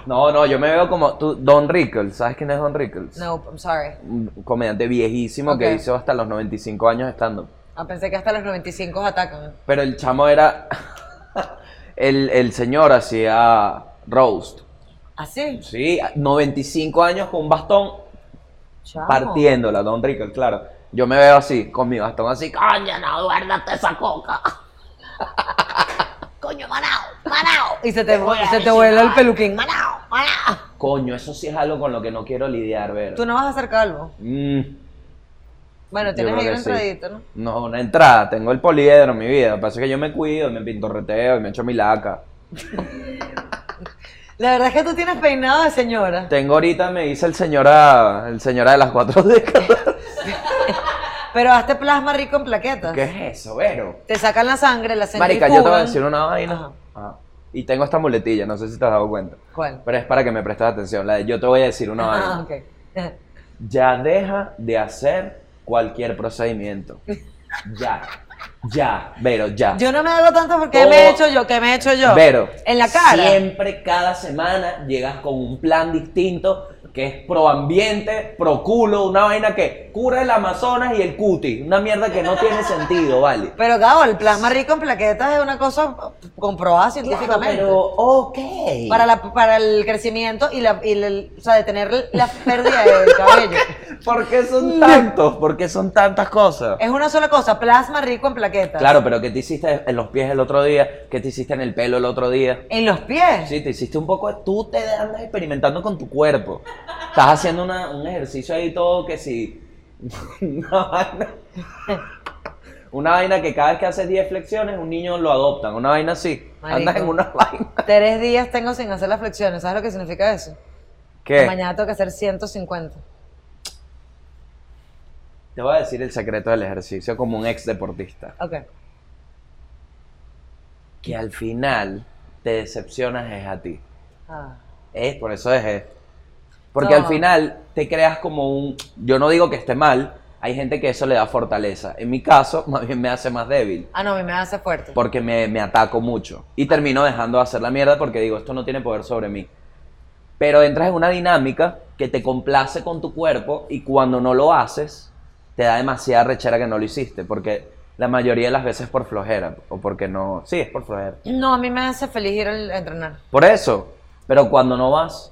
S2: no, no, yo me veo como tú, Don Rickles. ¿Sabes quién es Don Rickles?
S1: No, I'm sorry.
S2: un comediante viejísimo
S1: Ok.
S2: que hizo hasta los 95 años estando.
S1: Ah, pensé que hasta los 95 atacan.
S2: Pero el chamo era. el, el señor hacía roast.
S1: ¿Así?
S2: Sí, 95 años con un bastón
S1: Chamo.
S2: partiéndola, Don Rickles, claro. Yo me veo así, con mi bastón así. ¡Coño, no, guárdate esa coca! ¡Coño, manao, manao!
S1: Y se te, se te vuela el peluquín.
S2: Coño, eso sí es algo con lo que no quiero lidiar, ver.
S1: Tú no vas a hacer calvo. Bueno,
S2: Yo
S1: tienes
S2: creo
S1: ahí
S2: que
S1: un
S2: sí.
S1: entradito, ¿no?
S2: No, una entrada. Tengo el poliedro en mi vida. Lo que pasa es que yo me cuido, y me pintorreteo y me echo mi laca.
S1: La verdad es que tú tienes peinado de señora.
S2: Tengo ahorita, me dice el señora, el señora de las cuatro décadas.
S1: Pero hazte plasma rico en plaquetas.
S2: ¿Qué es eso, Vero?
S1: Te sacan la sangre, la
S2: Marica, yo te voy a
S1: centrifugan.
S2: decir una vaina. Ah, y tengo esta muletilla, no sé si te has dado cuenta.
S1: ¿Cuál?
S2: Pero es para que me prestes atención, la de yo te voy a decir una vaina.
S1: Ah, ok.
S2: Ya deja de hacer cualquier procedimiento. Ya, ya, Vero, ya.
S1: Yo no me hago tanto porque
S2: Todo-
S1: me he hecho yo, que me he hecho yo.
S2: Oh. Vero,
S1: En la cara.
S2: Siempre, cada semana, llegas con un plan distinto que es pro ambiente, pro culo, una vaina que cura el Amazonas y el cuti. Una mierda que no tiene sentido, vale.
S1: Pero Gabo, el plasma rico en plaquetas es una cosa comprobada científicamente.
S2: Pero, ok.
S1: Para, la, para el crecimiento y, la, y el- o sea, detener la pérdida del cabello.
S2: ¿Por qué son tantos? ¿Por qué son tantas cosas?
S1: Es una sola cosa, plasma rico en raquetas.
S2: Claro, pero ¿qué te hiciste en los pies el otro día? ¿Qué te hiciste en el pelo el otro día?
S1: En los pies.
S2: Sí, te hiciste un poco, de- tú te andas experimentando con tu cuerpo. Estás haciendo una- un ejercicio ahí todo que si... Una vaina, una vaina que cada vez que haces 10 flexiones un niño lo adoptan, una vaina así. Andas
S1: Marico.
S2: en una vaina.
S1: Tres días tengo sin hacer las flexiones. ¿Sabes lo que significa eso?
S2: ¿Qué?
S1: Mañana tengo que hacer 150.
S2: Te voy a decir el secreto del ejercicio como un ex deportista.
S1: Ok.
S2: Que al final te decepcionas es a ti.
S1: Ah.
S2: Es, por eso dejé. Porque
S1: No.
S2: al final te creas como un. Yo no digo que esté mal, hay gente que eso le da fortaleza. En mi caso, más bien me hace más débil.
S1: Ah, no, a mí me hace fuerte.
S2: Porque me, me ataco mucho. Y termino dejando de hacer la mierda porque digo, esto no tiene poder sobre mí. Pero entras en una dinámica que te complace con tu cuerpo y cuando no lo haces, te da demasiada rechera que no lo hiciste. Porque la mayoría de las veces es por flojera. O porque no. Sí, es por flojera.
S1: No, a mí me hace feliz ir al- a entrenar.
S2: Por eso. Pero cuando no vas,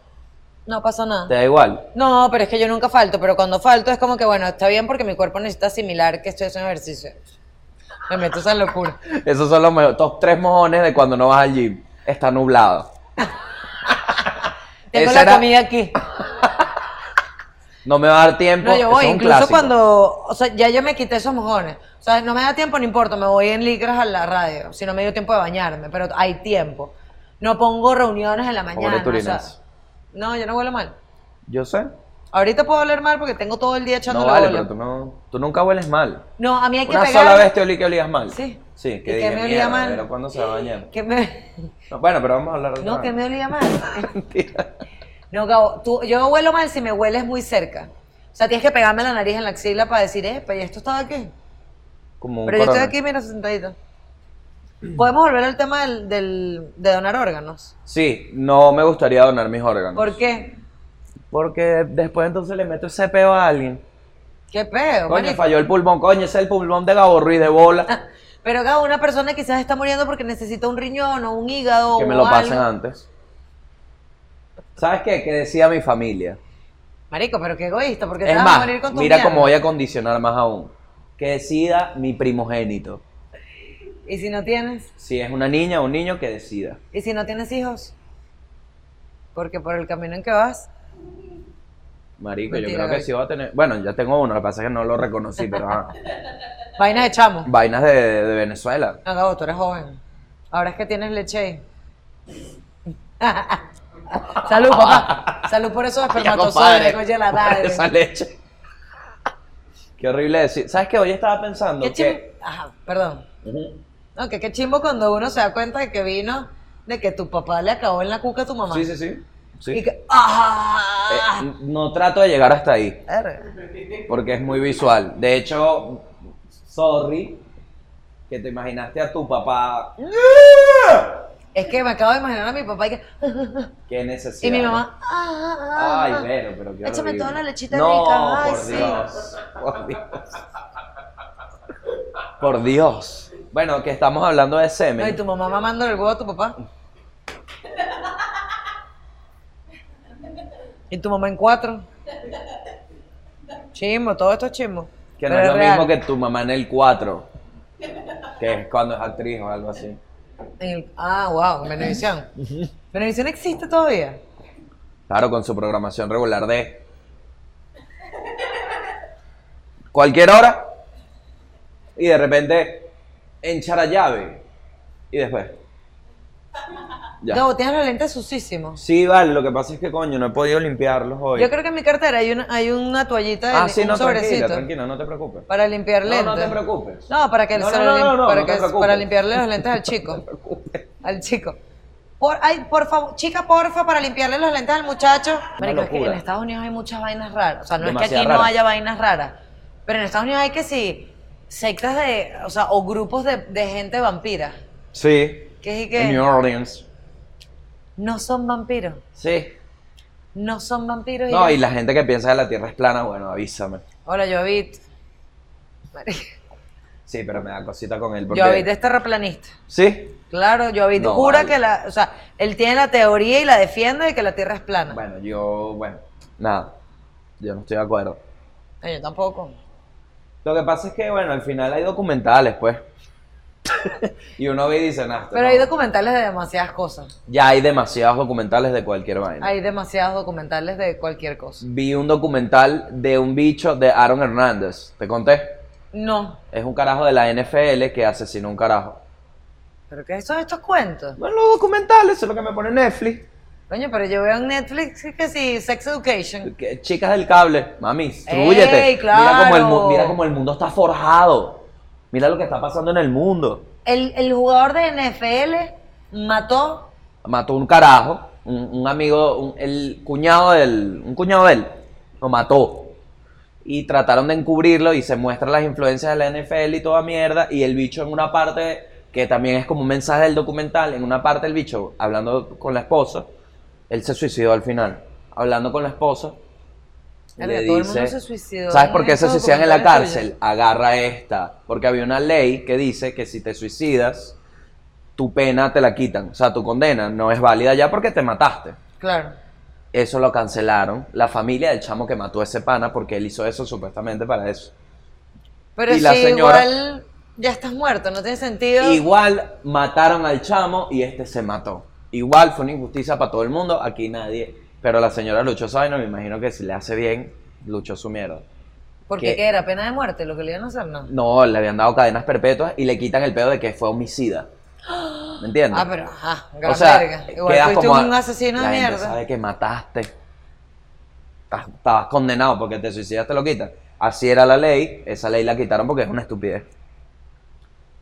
S1: No pasa
S2: te
S1: nada.
S2: da igual.
S1: No, pero es que yo nunca falto, pero cuando falto es como que, bueno, está bien porque mi cuerpo necesita asimilar que estoy haciendo ejercicio. Me meto esa locura.
S2: Esos son los mejores. Top tres mojones de cuando no vas al gym. Está nublado.
S1: Tengo
S2: Esa
S1: la
S2: era-
S1: comida aquí.
S2: No me va a dar tiempo.
S1: No, yo voy,
S2: Eso es un
S1: incluso
S2: clásico.
S1: cuando, o sea, ya yo me quité esos mojones. O sea, no me da tiempo, no importa, me voy en licras a la radio, si no me dio tiempo de bañarme, pero hay tiempo. No pongo reuniones en la mañana. o sea,
S2: turinas.
S1: no, yo no huelo mal.
S2: Yo sé.
S1: Ahorita puedo oler mal porque tengo todo el día echando
S2: No vale, pero tú, no, tú nunca hueles mal.
S1: No, a mí hay que
S2: Una
S1: pegar.
S2: sola vez te olí que olías mal.
S1: Sí.
S2: Sí,
S1: ¿Y
S2: que
S1: qué
S2: dije,
S1: me olía
S2: mierda,
S1: mal?
S2: pero ¿cuándo se va a bañar?
S1: Que me...
S2: No, bueno, pero vamos a hablar de
S1: No,
S2: otra
S1: que me
S2: vaina.
S1: olía mal. No, Gabo, tú, yo huelo mal si me hueles muy cerca. O sea, tienes que pegarme la nariz en la axila para decir, eh, pero esto estaba aquí.
S2: Como un
S1: Pero yo estoy
S2: corona.
S1: aquí, mira, sentadita. Podemos volver al tema del, del- de donar órganos.
S2: Sí, no me gustaría donar mis órganos.
S1: ¿Por qué?
S2: Porque después entonces le meto ese peo a alguien.
S1: Qué peo,
S2: Coño,
S1: marico.
S2: falló el pulmón, coño, ese es el pulmón de Gabo Ruiz de bola.
S1: Pero Gabo, una persona quizás está muriendo porque necesita un riñón o un hígado
S2: Que me
S1: o
S2: lo pasen
S1: algo.
S2: antes. ¿Sabes qué? Que decía mi familia.
S1: Marico, pero qué egoísta, porque te
S2: Es
S1: vas a
S2: más,
S1: morir con tu
S2: mira
S1: mierda.
S2: cómo voy a condicionar más aún. Que decida mi primogénito.
S1: ¿Y si no tienes?
S2: Si es una niña o un niño, que decida.
S1: ¿Y si no tienes hijos? Porque por el camino en que vas,
S2: Marico, yo
S1: Mentira,
S2: creo que
S1: Gaby.
S2: sí va a tener. Bueno, ya tengo uno, lo que pasa es que no lo reconocí, pero. ah,
S1: vainas de chamo.
S2: vainas de, de Venezuela.
S1: No, Gabo, tú eres joven. Ahora es que tienes leche ahí. Salud, papá. Salud por esos
S2: Ya, compadre,
S1: espermatozoides, coño, la
S2: por
S1: madre.
S2: Esa leche. Qué horrible decir. ¿Sabes qué? Hoy estaba pensando
S1: Qué chimbo.
S2: que.
S1: Ajá, perdón.
S2: Ujú.
S1: No, que qué chimbo cuando uno se da cuenta de que vino, de que tu papá le acabó en la cuca a tu mamá.
S2: Sí, sí, sí. sí.
S1: Y que.
S2: Eh,
S1: ¡Ah!
S2: no trato de llegar hasta ahí.
S1: Verga.
S2: porque es muy visual. De hecho, sorry, que te imaginaste a tu papá.
S1: Es que me acabo de imaginar a mi papá y que.
S2: Qué necesidad.
S1: Y mi mamá. ah, ah,
S2: Ay,
S1: ah.
S2: Vero, pero qué
S1: Échame
S2: horrible.
S1: toda la lechita
S2: no,
S1: rica, ay,
S2: por
S1: sí.
S2: Dios. Por Dios. Por Dios. Bueno, que estamos hablando de semen.
S1: No, y tu mamá mamando el huevo a tu papá. Y tu mamá en cuatro. Chimbo, todo esto es chimbo.
S2: Que no
S1: Pero
S2: es lo
S1: real.
S2: mismo que tu mamá en el 4. Que es cuando es actriz o algo así.
S1: En el- Ah, wow, en Venevisión. Venevisión existe todavía.
S2: Claro, con su programación regular de. Cualquier hora. Y de repente. En Charallave. Y después. Ya.
S1: Gabo, tienes los lentes sucísimos.
S2: Sí, vale, lo que pasa es que coño, no he podido limpiarlos hoy.
S1: Yo creo que en mi cartera hay una, hay una toallita, de
S2: Ah, sí,
S1: un
S2: no,
S1: sobrecito.
S2: tranquila, tranquila, no te preocupes.
S1: Para limpiar
S2: No,
S1: lentes.
S2: no te preocupes.
S1: No, para que el
S2: No,
S1: se
S2: no,
S1: lo
S2: no,
S1: lim-
S2: no, no,
S1: para
S2: no
S1: que-
S2: te preocupes.
S1: para limpiarle los lentes al chico. al chico. Por, ay, por favor, chica, porfa, para limpiarle los lentes al muchacho. Marico, es que
S2: locura.
S1: en Estados Unidos hay muchas vainas raras. O sea, no es que
S2: Demasiado
S1: aquí no
S2: raras.
S1: haya vainas raras. Pero en Estados Unidos hay que sí, sectas de, o sea, o grupos de, de gente vampira.
S2: Sí.
S1: Que es
S2: En New
S1: que
S2: Orleans.
S1: no son vampiros.
S2: Sí.
S1: No son vampiros.
S2: No,
S1: yo-
S2: y la gente que piensa que la tierra es plana, bueno, avísame.
S1: Hola, Jovit. Marico,
S2: Sí, pero me da cosita con él. Porque...
S1: Jovit es terraplanista.
S2: Sí.
S1: Claro, Jovit
S2: No,
S1: jura
S2: vale.
S1: que la, o sea, él tiene la teoría y la defiende de que la Tierra es plana.
S2: Bueno, yo, bueno, nada, yo no estoy de acuerdo.
S1: No, Yo tampoco.
S2: Lo que pasa es que, bueno, al final hay documentales, pues. y uno ve y dice, nah, esto
S1: Pero
S2: no".
S1: hay documentales de demasiadas cosas.
S2: Ya hay demasiados documentales de cualquier vaina.
S1: Hay demasiados documentales de cualquier cosa.
S2: Vi un documental de un bicho de Aaron Hernández. ¿Te conté?
S1: No.
S2: Es un carajo de la NFL que asesinó un carajo.
S1: ¿Pero qué son estos cuentos?
S2: Bueno, los documentales, eso es lo que me pone Netflix.
S1: Coño, pero yo veo en Netflix que sí, Sex Education.
S2: Que- Chicas del cable, mami, instruyete.
S1: Ey, claro.
S2: mira, cómo el, mu- mira cómo el mundo está forjado. Mira lo que está pasando en el mundo.
S1: El, el jugador de NFL mató.
S2: Mató un carajo, un, un amigo, un- el cuñado del, un cuñado de él, lo mató. Y trataron de encubrirlo y se muestran las influencias de la NFL y toda mierda. Y el bicho en una parte, que también es como un mensaje del documental, en una parte el bicho, hablando con la esposa, él se suicidó al final. Hablando con la esposa. y
S1: Verga,
S2: le
S1: todo el mundo
S2: dice-
S1: se suicidó
S2: ¿Sabes
S1: en
S2: por qué se
S1: estos
S2: suicidan en la
S1: documentales
S2: cárcel?
S1: tuyos.
S2: Agarra esta. Porque había una ley que dice que si te suicidas, tu pena te la quitan. O sea, tu condena no es válida ya porque te mataste.
S1: Claro.
S2: Eso lo cancelaron. La familia del chamo que mató a ese pana porque él hizo eso supuestamente para eso.
S1: Pero
S2: Y
S1: si
S2: la señora-
S1: igual ya estás muerto, no tiene sentido.
S2: Igual mataron al chamo y este se mató. Igual fue una injusticia para todo el mundo. Aquí nadie. Pero la señora luchó sabe, no me imagino que si le hace bien, luchó su mierda.
S1: Porque
S2: que-
S1: ¿qué era pena de muerte, lo que le iban a hacer, no.
S2: No, le habían dado cadenas perpetuas y le quitan el pedo de que fue homicida. ¿Me entiendes?
S1: Ah, pero ajá, gran
S2: o sea,
S1: verga. Igual
S2: quedas
S1: fuiste
S2: como-
S1: un asesino de
S2: la gente
S1: mierda.
S2: sabe que mataste. Estás- Estabas condenado porque te suicidas, te lo quitan. Así era la ley, esa ley la quitaron porque es una estupidez.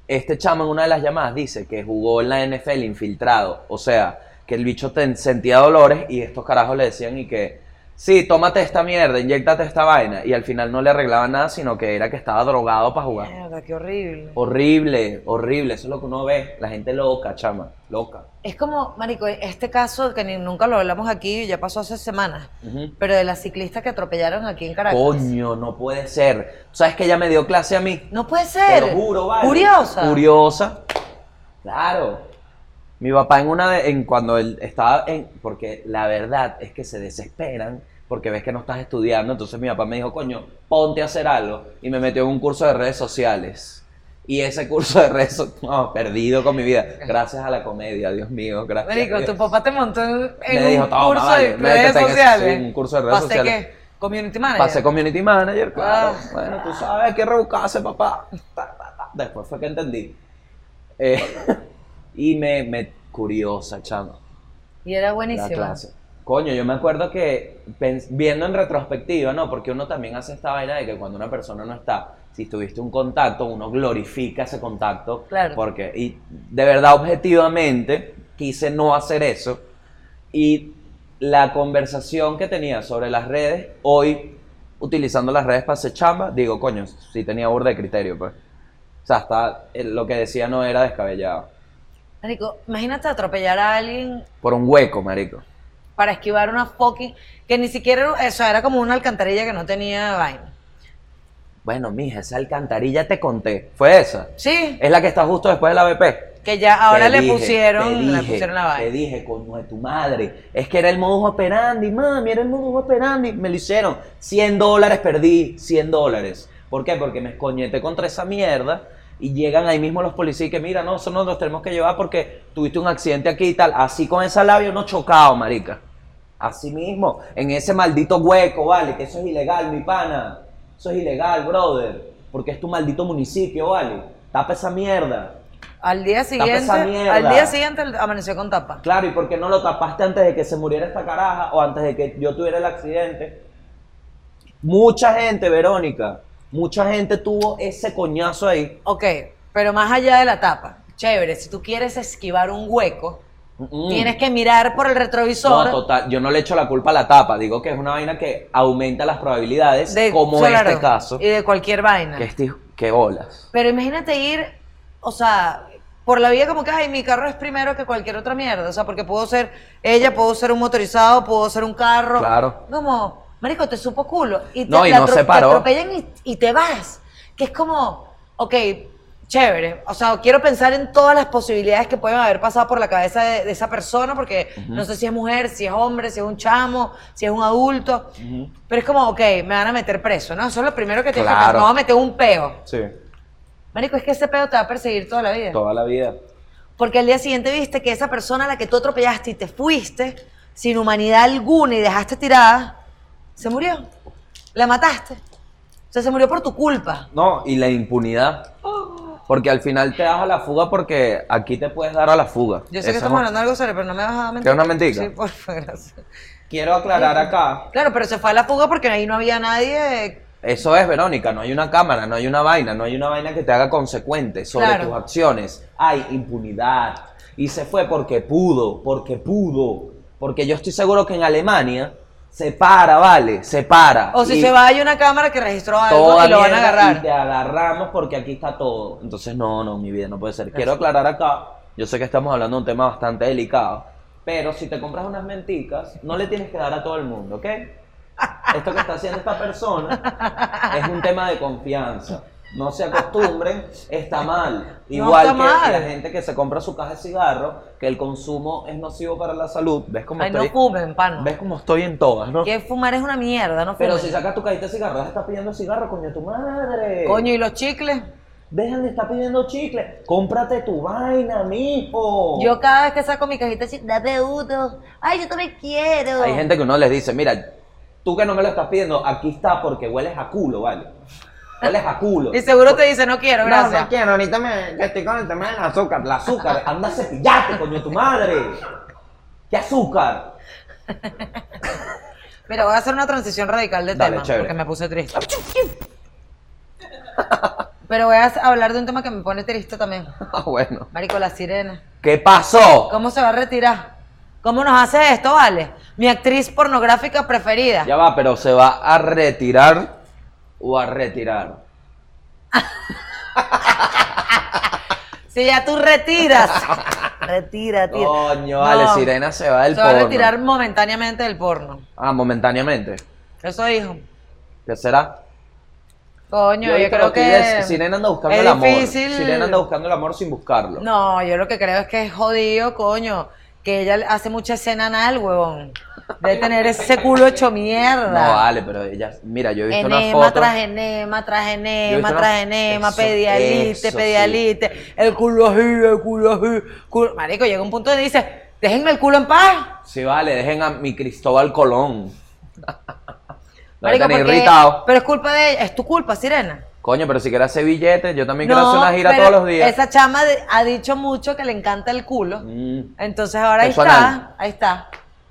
S2: Este chamo en una de las llamadas dice que jugó en la NFL infiltrado. O sea, que el bicho ten- sentía dolores y estos carajos le decían y que, sí, tómate esta mierda, inyectate esta vaina. Y al final no le arreglaban nada, sino que era que estaba drogado para jugar.
S1: Mierda, qué horrible.
S2: Horrible, horrible. Eso es lo que uno ve. La gente loca, chama. Loca.
S1: Es como, marico, este caso que ni- nunca lo hablamos aquí, ya pasó hace semanas,
S2: Ujú.
S1: pero de la ciclista que atropellaron aquí en Caracas.
S2: Coño, no puede ser. ¿Sabes que ella me dio clase a mí?
S1: No puede
S2: Te
S1: ser.
S2: lo juro, vale.
S1: Curiosa.
S2: Curiosa. Claro. Mi papá en una de, en cuando él estaba en porque la verdad es que se desesperan porque ves que no estás estudiando, entonces mi papá me dijo, "Coño, ponte a hacer algo" y me metió en un curso de redes sociales. Y ese curso de redes so- no, perdido con mi vida, gracias a la comedia, Dios mío, gracias. a
S1: Marico,
S2: Dios.
S1: tu papá te montó en, en
S2: Me dijo,
S1: un
S2: "Toma,
S1: curso
S2: vale,
S1: de
S2: métete
S1: redes
S2: en ese-
S1: sociales.
S2: sí, un curso de redes
S1: ¿Pasé
S2: sociales.
S1: qué? ¿Community manager?
S2: Pasé community manager, claro.
S1: Ah.
S2: Bueno, tú sabes que rebuscarse, papá. Ta, ta, ta. Después fue que entendí. Eh, y me, me curiosa, chamo,
S1: Y era
S2: la
S1: buenísima.
S2: clase. Coño, yo me acuerdo que pens- viendo en retrospectiva, ¿no? Porque uno también hace esta vaina de que cuando una persona no está, si tuviste un contacto, uno glorifica ese contacto.
S1: Claro.
S2: Porque, y de verdad, objetivamente, quise no hacer eso. Y la conversación que tenía sobre las redes, hoy, utilizando las redes para hacer chamba, digo, coño, sí tenía burda de criterio, pues. O sea, hasta eh, lo que decía no era descabellado.
S1: Marico, imagínate atropellar a alguien
S2: Por un hueco, marico.
S1: para esquivar una fucking... Que ni siquiera... O sea, era como una alcantarilla que no tenía vaina.
S2: Bueno, mija, esa alcantarilla te conté. Fue esa.
S1: Sí,
S2: Es la que está justo después de la BP.
S1: que ya ahora
S2: Te
S1: le
S2: dije,
S1: pusieron...
S2: te
S1: le
S2: dije,
S1: pusieron la
S2: Te
S1: vaina.
S2: dije, coño de tu madre. Es que era el modus operandi, mami, era el modus operandi. Me lo hicieron. 100 dólares perdí, 100 dólares. ¿Por qué? Porque me escoñete contra esa mierda y llegan ahí mismo los policías que, mira, no, eso nos los tenemos que llevar porque tuviste un accidente aquí y tal. Así con esa labio no chocado, marica. Así mismo, en ese maldito hueco, vale, que eso es ilegal, mi pana. Eso es ilegal, brother. Porque es tu maldito municipio, vale. Tapa esa mierda.
S1: Al día siguiente...
S2: esa mierda.
S1: Al día siguiente amaneció con tapa.
S2: Claro, ¿y por qué no lo tapaste antes de que se muriera esta caraja o antes de que yo tuviera el accidente? Mucha gente, Verónica, mucha gente tuvo ese coñazo ahí.
S1: Ok, pero más allá de la tapa. Chévere, si tú quieres esquivar un hueco,
S2: Mm.
S1: tienes que mirar por el retrovisor.
S2: No, total, yo no le echo la culpa a la tapa, digo que es una vaina que aumenta las probabilidades,
S1: de-
S2: como
S1: claro,
S2: este caso,
S1: Y de cualquier vaina.
S2: que, este, que bolas.
S1: Pero imagínate ir, o sea, por la vida como que, ay, mi carro es primero que cualquier otra mierda. O sea, porque puedo ser ella, puedo ser un motorizado, puedo ser un carro.
S2: Claro.
S1: Como, marico, te supo culo. Y te,
S2: No, y
S1: la
S2: no
S1: atro-
S2: se paró.
S1: te atropellan y, y te vas. Que es como, ok, chévere. O sea, quiero pensar en todas las posibilidades que pueden haber pasado por la cabeza de, de esa persona, porque no sé si es mujer, si es hombre, si es un chamo, si es un adulto. Pero es como, ok, me van a meter preso, ¿no? Eso es lo primero que tienes que
S2: Claro.
S1: pensar. Me van a meter un peo.
S2: Sí,
S1: Marico, es que ese peo te va a perseguir toda la vida.
S2: toda la vida.
S1: Porque al día siguiente viste que esa persona a la que tú atropellaste y te fuiste sin humanidad alguna y dejaste tirada, se murió. La mataste. O sea, se murió por tu culpa.
S2: No, y la impunidad. Porque al final te das a la fuga porque aquí te puedes dar a la fuga.
S1: Yo
S2: Esa
S1: sé
S2: es
S1: que estamos
S2: una-
S1: hablando de algo serio, pero no me vas a mentir.
S2: ¿Que es una mentica?
S1: Sí, por favor, gracias.
S2: Quiero aclarar acá.
S1: Claro, pero se fue a la fuga porque ahí no había nadie. eh,
S2: Eso es, Verónica, no hay una cámara, no hay una vaina, no hay una vaina que te haga consecuente sobre
S1: Claro.
S2: tus acciones. Hay impunidad. Y se fue porque pudo, porque pudo. Porque yo estoy seguro que en Alemania se para, vale, se para.
S1: O si
S2: Y
S1: se va, hay una cámara que registró algo
S2: toda
S1: y lo van a
S2: mierda,
S1: agarrar.
S2: Y te agarramos porque aquí está todo. Entonces, no, no, mi vida no puede ser. Quiero aclarar acá, yo sé que estamos hablando de un tema bastante delicado, pero si te compras unas menticas, no le tienes que dar a todo el mundo, ¿ok? Esto que está haciendo esta persona es un tema de confianza. No se acostumbren, está mal.
S1: No
S2: Igual
S1: está
S2: que
S1: mal.
S2: la gente que se compra su caja de cigarro, que el consumo es nocivo para la salud. ¿Ves cómo,
S1: Ay, no
S2: estoy,
S1: fumen, pana.
S2: ¿ves cómo estoy en todas, no?
S1: Que fumar es una mierda, no fumen.
S2: Pero si sacas tu cajita de cigarros, estás pidiendo cigarro, coño, tu madre.
S1: Coño, ¿y los chicles?
S2: Deja de estar pidiendo chicle. Cómprate tu vaina, mijo.
S1: Yo cada vez que saco mi cajita, así, dame uno. Ay, yo también quiero.
S2: Hay gente que uno les dice, mira, tú que no me lo estás pidiendo, aquí está porque hueles a culo, ¿vale? Hueles a culo.
S1: Y seguro te dice, no quiero,
S2: No,
S1: gracias.
S2: no quiero, ahorita me, que estoy con el tema del azúcar. La azúcar, anda a cepillarte, coño, tu madre. ¿Qué azúcar?
S1: Mira, voy a hacer una transición radical de
S2: Dale,
S1: tema,
S2: chévere.
S1: porque me puse triste. Pero voy a hablar de un tema que me pone triste también.
S2: Ah, bueno.
S1: Marico, la sirena.
S2: ¿Qué pasó?
S1: ¿Cómo se va a retirar? ¿Cómo nos hace esto, Vale? Mi actriz pornográfica preferida.
S2: Ya va, pero ¿se va a retirar o a retirar?
S1: Si ya tú retiras. Retira, tira.
S2: Coño, vale,
S1: No.
S2: Sirena se va del
S1: se va a
S2: porno.
S1: retirar momentáneamente del porno.
S2: Ah, momentáneamente.
S1: Eso dijo.
S2: ¿Qué será?
S1: Coño, yo,
S2: ahorita
S1: creo
S2: lo
S1: que.
S2: ella es- Sirena anda buscando
S1: es
S2: el amor.
S1: difícil.
S2: Sirena anda buscando el amor sin buscarlo.
S1: No, yo lo que creo es que es jodido, coño. Que ella hace mucha escena anal, huevón. Debe tener ese culo hecho mierda.
S2: No, vale, pero ella. Mira, yo he visto una
S1: Enema
S2: foto.
S1: tras enema, tras enema,
S2: una-
S1: tras enema,
S2: Eso,
S1: pedialite,
S2: eso,
S1: pedialite, el culo así, el culo así, culo- Marico, llega un punto donde dice, déjenme el culo en paz.
S2: Sí, vale, dejen a mi Cristóbal Colón. Lo
S1: Marico,
S2: están
S1: porque-
S2: irritado.
S1: Pero es culpa de ella, es tu culpa, sirena.
S2: Coño, pero si quieres hacer billetes, yo también quiero hacer una gira
S1: pero
S2: todos los días.
S1: Esa chama de- ha dicho mucho que le encanta el culo.
S2: Mm,
S1: Entonces ahora ahí
S2: Eso anal.
S1: está, ahí está.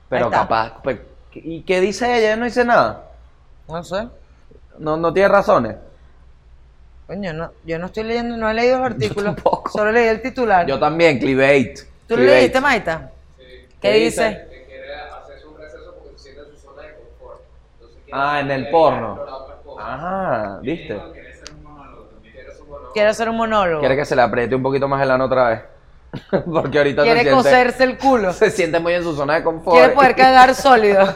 S2: pero
S1: ahí está.
S2: capaz. pe- ¿Y qué dice ella? Ella no dice nada.
S1: No sé.
S2: No, no tiene razones.
S1: Coño, no, yo no estoy leyendo, no he leído los artículos.
S2: tampoco.
S1: Solo leí el titular.
S2: Yo también, clickbait.
S1: ¿Tú lo
S2: clickbait.
S1: leíste, Maita? ¿Qué
S2: ¿Qué dice?
S1: dice?
S3: que quiere hacerse un receso porque se siente en su zona de confort. Entonces quiere
S2: Ah, en el
S3: quiere
S2: porno.
S3: explorar otras cosas.
S2: Ah, viste.
S3: Quiere- Quiere ser un monólogo también. Quiere ser un monólogo.
S1: Quiere hacer un monólogo.
S2: Quiere que se le apriete un poquito más el ano otra vez. Porque ahorita se
S1: Quiere
S2: siente-
S1: coserse el culo.
S2: se siente muy en su zona de confort.
S1: Quiere poder cagar sólido.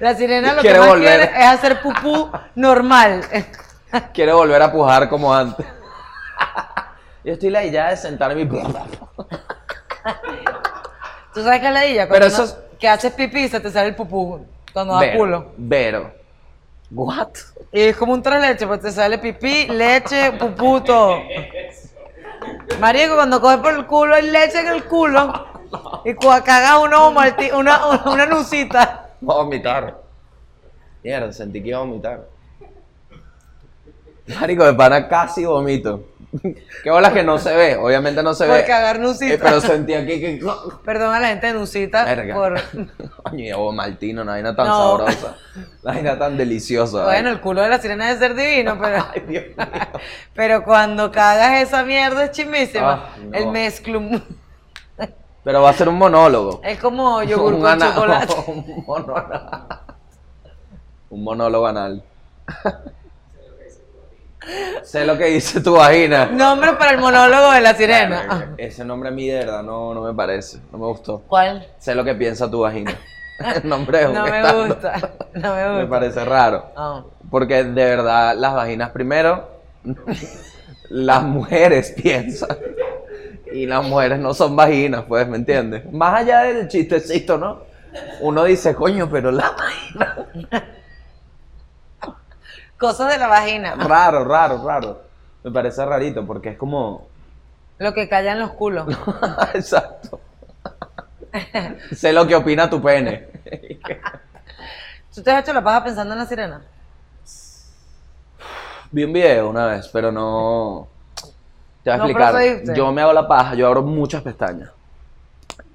S1: La sirena lo
S2: Quiere
S1: que más
S2: volver.
S1: quiere es hacer pupú normal.
S2: Quiere volver a pujar como antes. Yo estoy la idea de sentarme y...
S1: ¿Tú sabes qué le dije?
S2: Pero
S1: Cuando
S2: eso
S1: uno- Que haces pipí y se te sale el pupú cuando da culo.
S2: Vero. What?
S1: Y es como un tres leches, pues te sale pipí, leche, pupú, todo. Marico, cuando coge por el culo, hay leche en el culo. Y cuando caga uno, muerti- una, una, una nucita.
S2: Voy a vomitar. Mierda, sentí que iba a vomitar. Marico, de pana casi vomito. Qué bolas que no se ve. Obviamente no se
S1: Por
S2: ve.
S1: cagar nucita.
S2: Eh, pero sentí aquí que...
S1: Perdón a la gente de nucita
S2: Verga.
S1: Ah, por...
S2: Coño, y agua maltino, una vaina tan
S1: No.
S2: sabrosa. Una vaina tan deliciosa.
S1: Bueno, el culo de la sirena debe ser divino, pero...
S2: Ay, Dios mío.
S1: Pero cuando cagas esa mierda es chimísima.
S2: Ah, no.
S1: El mezclum.
S2: Pero va a ser un monólogo.
S1: Es como yogur
S2: Un
S1: con
S2: ana-
S1: chocolate.
S2: Un monólogo. Un monólogo anal. sé lo que dice tu vagina.
S1: Nombre para el monólogo de la sirena.
S2: Verga, Ese nombre a mí de verdad no, no me parece. No me gustó.
S1: ¿Cuál?
S2: Sé lo que piensa tu vagina. El nombre es un
S1: No me
S2: estándar.
S1: gusta. No me
S2: Me
S1: gusta.
S2: parece raro.
S1: Ah.
S2: Porque de verdad las vaginas primero las mujeres piensan. Y las mujeres no son vaginas, pues, ¿me entiendes? Más allá del chistecito, ¿no? Uno dice, coño, pero la vagina.
S1: Cosas de la vagina.
S2: Raro, raro, raro. Me parece rarito porque es como.
S1: Lo que callan los culos.
S2: Exacto. sé lo que opina tu pene.
S1: ¿Tú te has hecho la paja pensando en la sirena?
S2: Vi un video una vez, pero no. Te voy a
S1: No
S2: explicar.
S1: procediste.
S2: yo me hago la paja, yo abro muchas pestañas.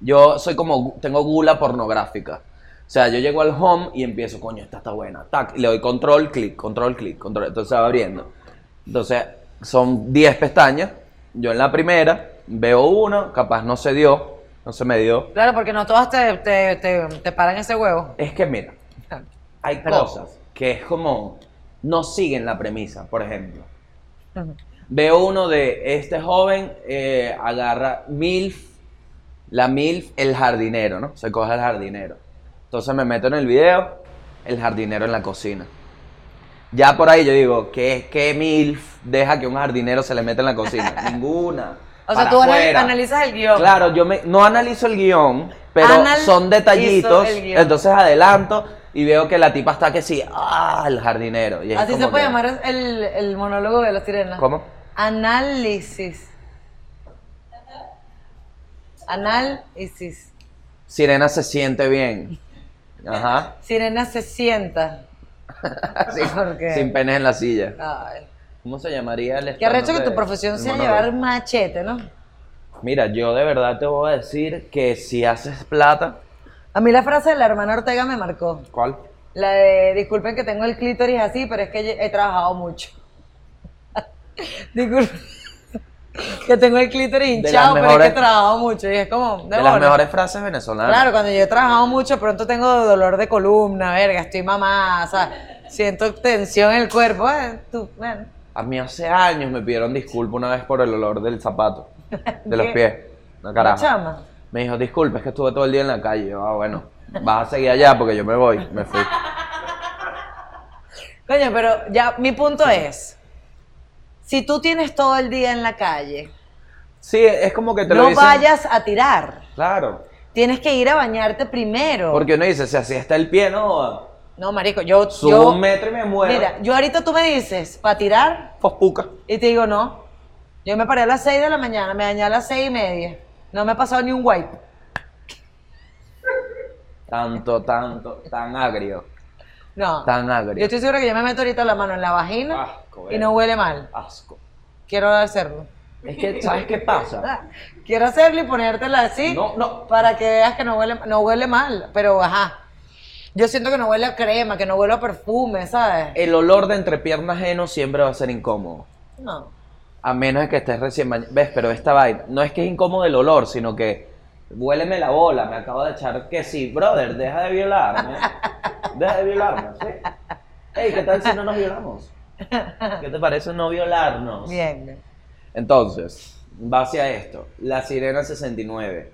S2: Yo soy como. Tengo gula pornográfica. O sea, yo llego al home y empiezo, coño, esta está buena. Tac, y le doy control, clic, control, clic, control. Entonces se va abriendo. Entonces, son 10 pestañas. Yo en la primera veo una, capaz no se dio, no se me dio.
S1: Claro, porque no todas te, te, te, te paran ese huevo.
S2: Es que mira, hay
S1: Perdón.
S2: cosas que es como no siguen la premisa, por ejemplo. Veo uno de este joven eh, agarra MILF, la MILF, el jardinero, ¿no? Se coge el jardinero. Entonces me meto en el video, el jardinero en la cocina. Ya por ahí yo digo, ¿qué es que MILF deja que un jardinero se le meta en la cocina? Ninguna.
S1: O sea,
S2: Para
S1: tú anal-
S2: afuera.
S1: analizas el guión.
S2: Claro, yo me, no analizo el guión, pero
S1: Anal-
S2: son detallitos.
S1: hizo el guión.
S2: Entonces adelanto y veo que la tipa está que sí, ah, el jardinero. y es
S1: Así
S2: como
S1: se puede
S2: que-
S1: llamar el, el monólogo de la sirena.
S2: ¿Cómo?
S1: Análisis. Análisis.
S2: Sirena se siente bien. Ajá.
S1: Sirena se sienta.
S2: Sin-
S1: ¿Por qué?
S2: Sin penes en la silla.
S1: Ay.
S2: ¿Cómo se llamaría el
S1: Qué arrecho
S2: stand-up
S1: que tu
S2: de-
S1: profesión
S2: del
S1: sea
S2: monólogo?
S1: llevar machete, ¿no?
S2: Mira, yo de verdad te voy a decir que si haces plata.
S1: A mí la frase de la hermana Ortega me marcó.
S2: ¿Cuál?
S1: La de, disculpen que tengo el clítoris así, pero es que he he trabajado mucho. Disculpen que tengo el clítoris
S2: las
S1: hinchado, pero es que he
S2: mejores-
S1: trabajado mucho. Y es como,
S2: De las
S1: bola.
S2: mejores frases venezolanas.
S1: Claro, cuando yo he trabajado mucho, pronto tengo dolor de columna, verga, estoy mamada, o sea, siento tensión en el cuerpo. eh, tú, bueno.
S2: A mí hace años me pidieron disculpa una vez por el olor del zapato, de los
S1: ¿Qué?
S2: pies. No, carajo.
S1: Chama.
S2: Me dijo, disculpe, es que estuve todo el día en la calle. Yo, ah, bueno, vas a seguir allá porque yo me voy. Me fui.
S1: Coño, pero ya, mi punto es, si tú tienes todo el día en la calle,
S2: Sí, es como que te lo
S1: no
S2: dicen.
S1: vayas a tirar.
S2: Claro.
S1: Tienes que ir a bañarte primero.
S2: Porque uno dice, si así está el pie, no,
S1: No, marico, yo...
S2: subo
S1: yo-
S2: un metro y me muero.
S1: Mira, yo ahorita tú me dices, para tirar,
S2: Fospuca.
S1: y te digo, no. Yo me paré a las 6 de la mañana, me bañé a las 6 y media. No me ha pasado ni un wipe.
S2: Tanto, tanto, tan agrio.
S1: No.
S2: Tan
S1: Yo
S2: agrio.
S1: estoy segura que yo me meto ahorita la mano en la vagina
S2: Asco,
S1: y
S2: eh.
S1: no huele mal.
S2: Asco.
S1: Quiero hacerlo.
S2: Es que, ¿sabes qué pasa?
S1: Ah, Quiero hacerlo y ponértela así
S2: No, no.
S1: para que veas que no huele, no huele mal, pero ajá. Yo siento que no huele a crema, que no huele a perfume, ¿sabes?
S2: El olor de entrepierna ajeno siempre va a ser incómodo.
S1: No.
S2: A menos de que estés recién bañado. ¿Ves? Pero esta vaina. No es que es incómodo el olor, sino que. Huéleme la bola, me acabo de echar que sí, brother, deja de violarme. Deja de violarme, ¿sí? Ey, ¿qué tal si no nos violamos? ¿Qué te parece no violarnos?
S1: Bien. bien.
S2: Entonces, base a esto, la sirena 69.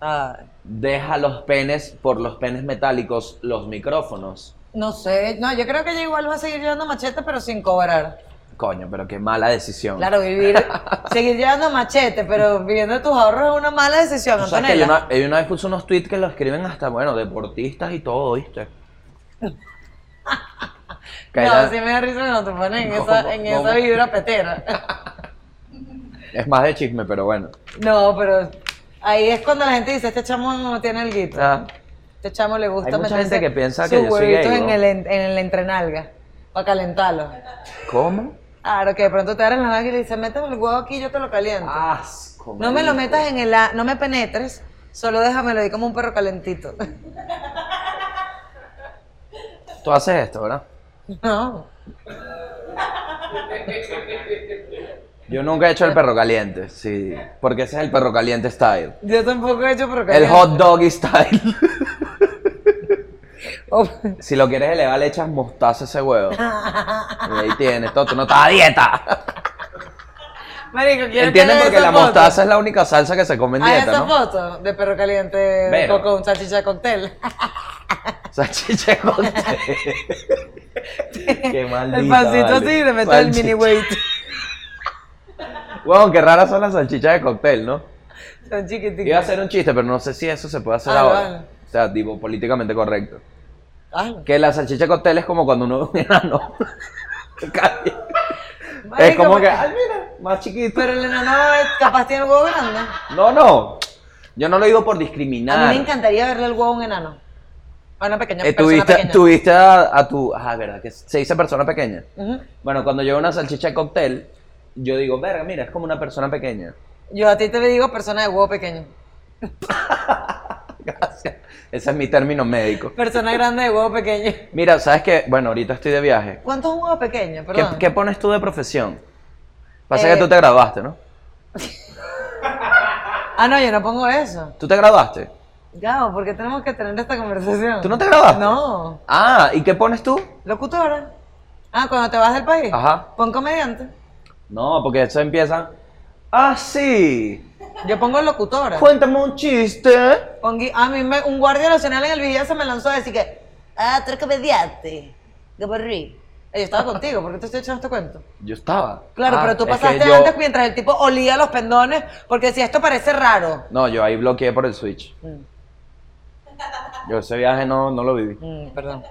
S1: Ay,
S2: Deja los penes por los penes metálicos, los micrófonos.
S1: no sé, no, yo creo que yo igual voy a seguir llevando machete, pero sin cobrar.
S2: Coño, pero qué mala decisión.
S1: Claro, vivir, seguir llevando machete, pero viviendo de tus ahorros es una mala decisión,
S2: Tú sabes que yo
S1: Antonella.
S2: una, yo una vez puse unos tweets que lo escriben hasta, bueno, deportistas y todo, ¿viste? Que
S1: No,
S2: ya-
S1: sí me da risa cuando te ponen en
S2: ¿Cómo?
S1: esa, en
S2: ¿Cómo?
S1: esa vibra petera.
S2: Es más de chisme, pero bueno.
S1: No, pero ahí es cuando la gente dice, este chamo no tiene el guito.
S2: Ah,
S1: Este chamo le gusta
S2: Hay mucha
S1: meterse
S2: gente que piensa que
S1: sus
S2: yo soy
S1: huevitos
S2: gay,
S1: en,
S2: ¿no?
S1: el, en, en el entrenalga para calentarlo.
S2: ¿Cómo?
S1: Claro, que de pronto te agarran la nalga y le dicen, méteme el huevo aquí y yo te lo caliento.
S2: Ah, Asco.
S1: no me lo
S2: marico.
S1: metas en el... a- No me penetres, solo déjamelo ahí como un perro calentito.
S2: Tú haces esto, ¿verdad?
S1: no.
S2: Yo nunca he hecho el perro caliente, sí. Porque ese es el perro caliente style.
S1: Yo tampoco he hecho perro
S2: El
S1: caliente.
S2: hot dog style.
S1: Oh,
S2: Si lo quieres elevar, le echas mostaza a ese huevo. Y ahí tienes, todo. Tú no estás a dieta.
S1: Marico, ¿quieres
S2: ¿Entiendes?
S1: que vea
S2: Porque la
S1: esa foto?
S2: mostaza es la única salsa que se come en
S1: Ah, esa
S2: dieta, ¿no?
S1: foto de perro caliente de
S2: Pero.
S1: coco, un salchicha de cóctel.
S2: Salchicha con té. Qué maldita,
S1: el pancito
S2: vale.
S1: así y le meto el
S2: Salchicha.
S1: mini weight.
S2: Weón, qué raras son las salchichas de cóctel, ¿no?
S1: Son chiquiticos.
S2: Iba a hacer un chiste, pero no sé si eso se puede hacer
S1: Ah,
S2: ahora.
S1: vale.
S2: O sea, tipo, políticamente correcto.
S1: Ah,
S2: Que la salchicha de cóctel es como cuando uno es enano. Casi. es
S1: marico,
S2: como que,
S1: pero-
S2: ay, mira, más chiquito.
S1: Pero el enano es- capaz tiene el huevo grande.
S2: No, no. Yo no lo digo por
S1: A
S2: discriminar.
S1: mí me encantaría verle el huevo a un enano. A una pequeña
S2: Eh,
S1: persona
S2: tuviste,
S1: pequeña.
S2: tuviste a, a tu. Ah, verdad, que se dice persona pequeña.
S1: Ujú.
S2: Bueno, cuando yo veo una salchicha de cóctel, yo digo, verga, mira, es como una persona pequeña.
S1: Yo a ti te digo persona de huevo pequeño.
S2: Gracias. Ese es mi término médico.
S1: Persona grande de huevo pequeño.
S2: Mira, ¿sabes qué? Bueno, ahorita estoy de viaje.
S1: ¿Cuánto es un huevo pequeño?
S2: ¿Qué,
S1: Perdón.
S2: qué pones tú de profesión? Pasa
S1: Eh.
S2: que tú te graduaste, ¿no?
S1: Ah, no, yo no pongo eso.
S2: ¿Tú te graduaste?
S1: Gabo, ¿por qué tenemos que tener esta conversación?
S2: ¿Tú no te graduaste?
S1: No.
S2: Ah, ¿y qué pones tú?
S1: Locutora. Ah, cuando te vas del país.
S2: Ajá.
S1: Pon comediante.
S2: No, porque eso empieza. Ah, sí.
S1: Yo pongo locutora.
S2: Cuéntame un chiste.
S1: Pon gui- a mí me- un guardia nacional en el vigía se me lanzó a decir que, ah, tú eres comediante. Gabarri. Eh, Yo estaba contigo, ¿por qué te estoy echando este cuento?
S2: Yo estaba.
S1: Claro,
S2: Ah,
S1: pero tú
S2: es que
S1: pasaste
S2: yo-
S1: antes mientras el tipo olía los pendones, porque decía, esto parece raro.
S2: No, yo ahí bloqueé por el Switch.
S1: Mm,
S2: Yo ese viaje no, no lo viví.
S1: mm, perdón.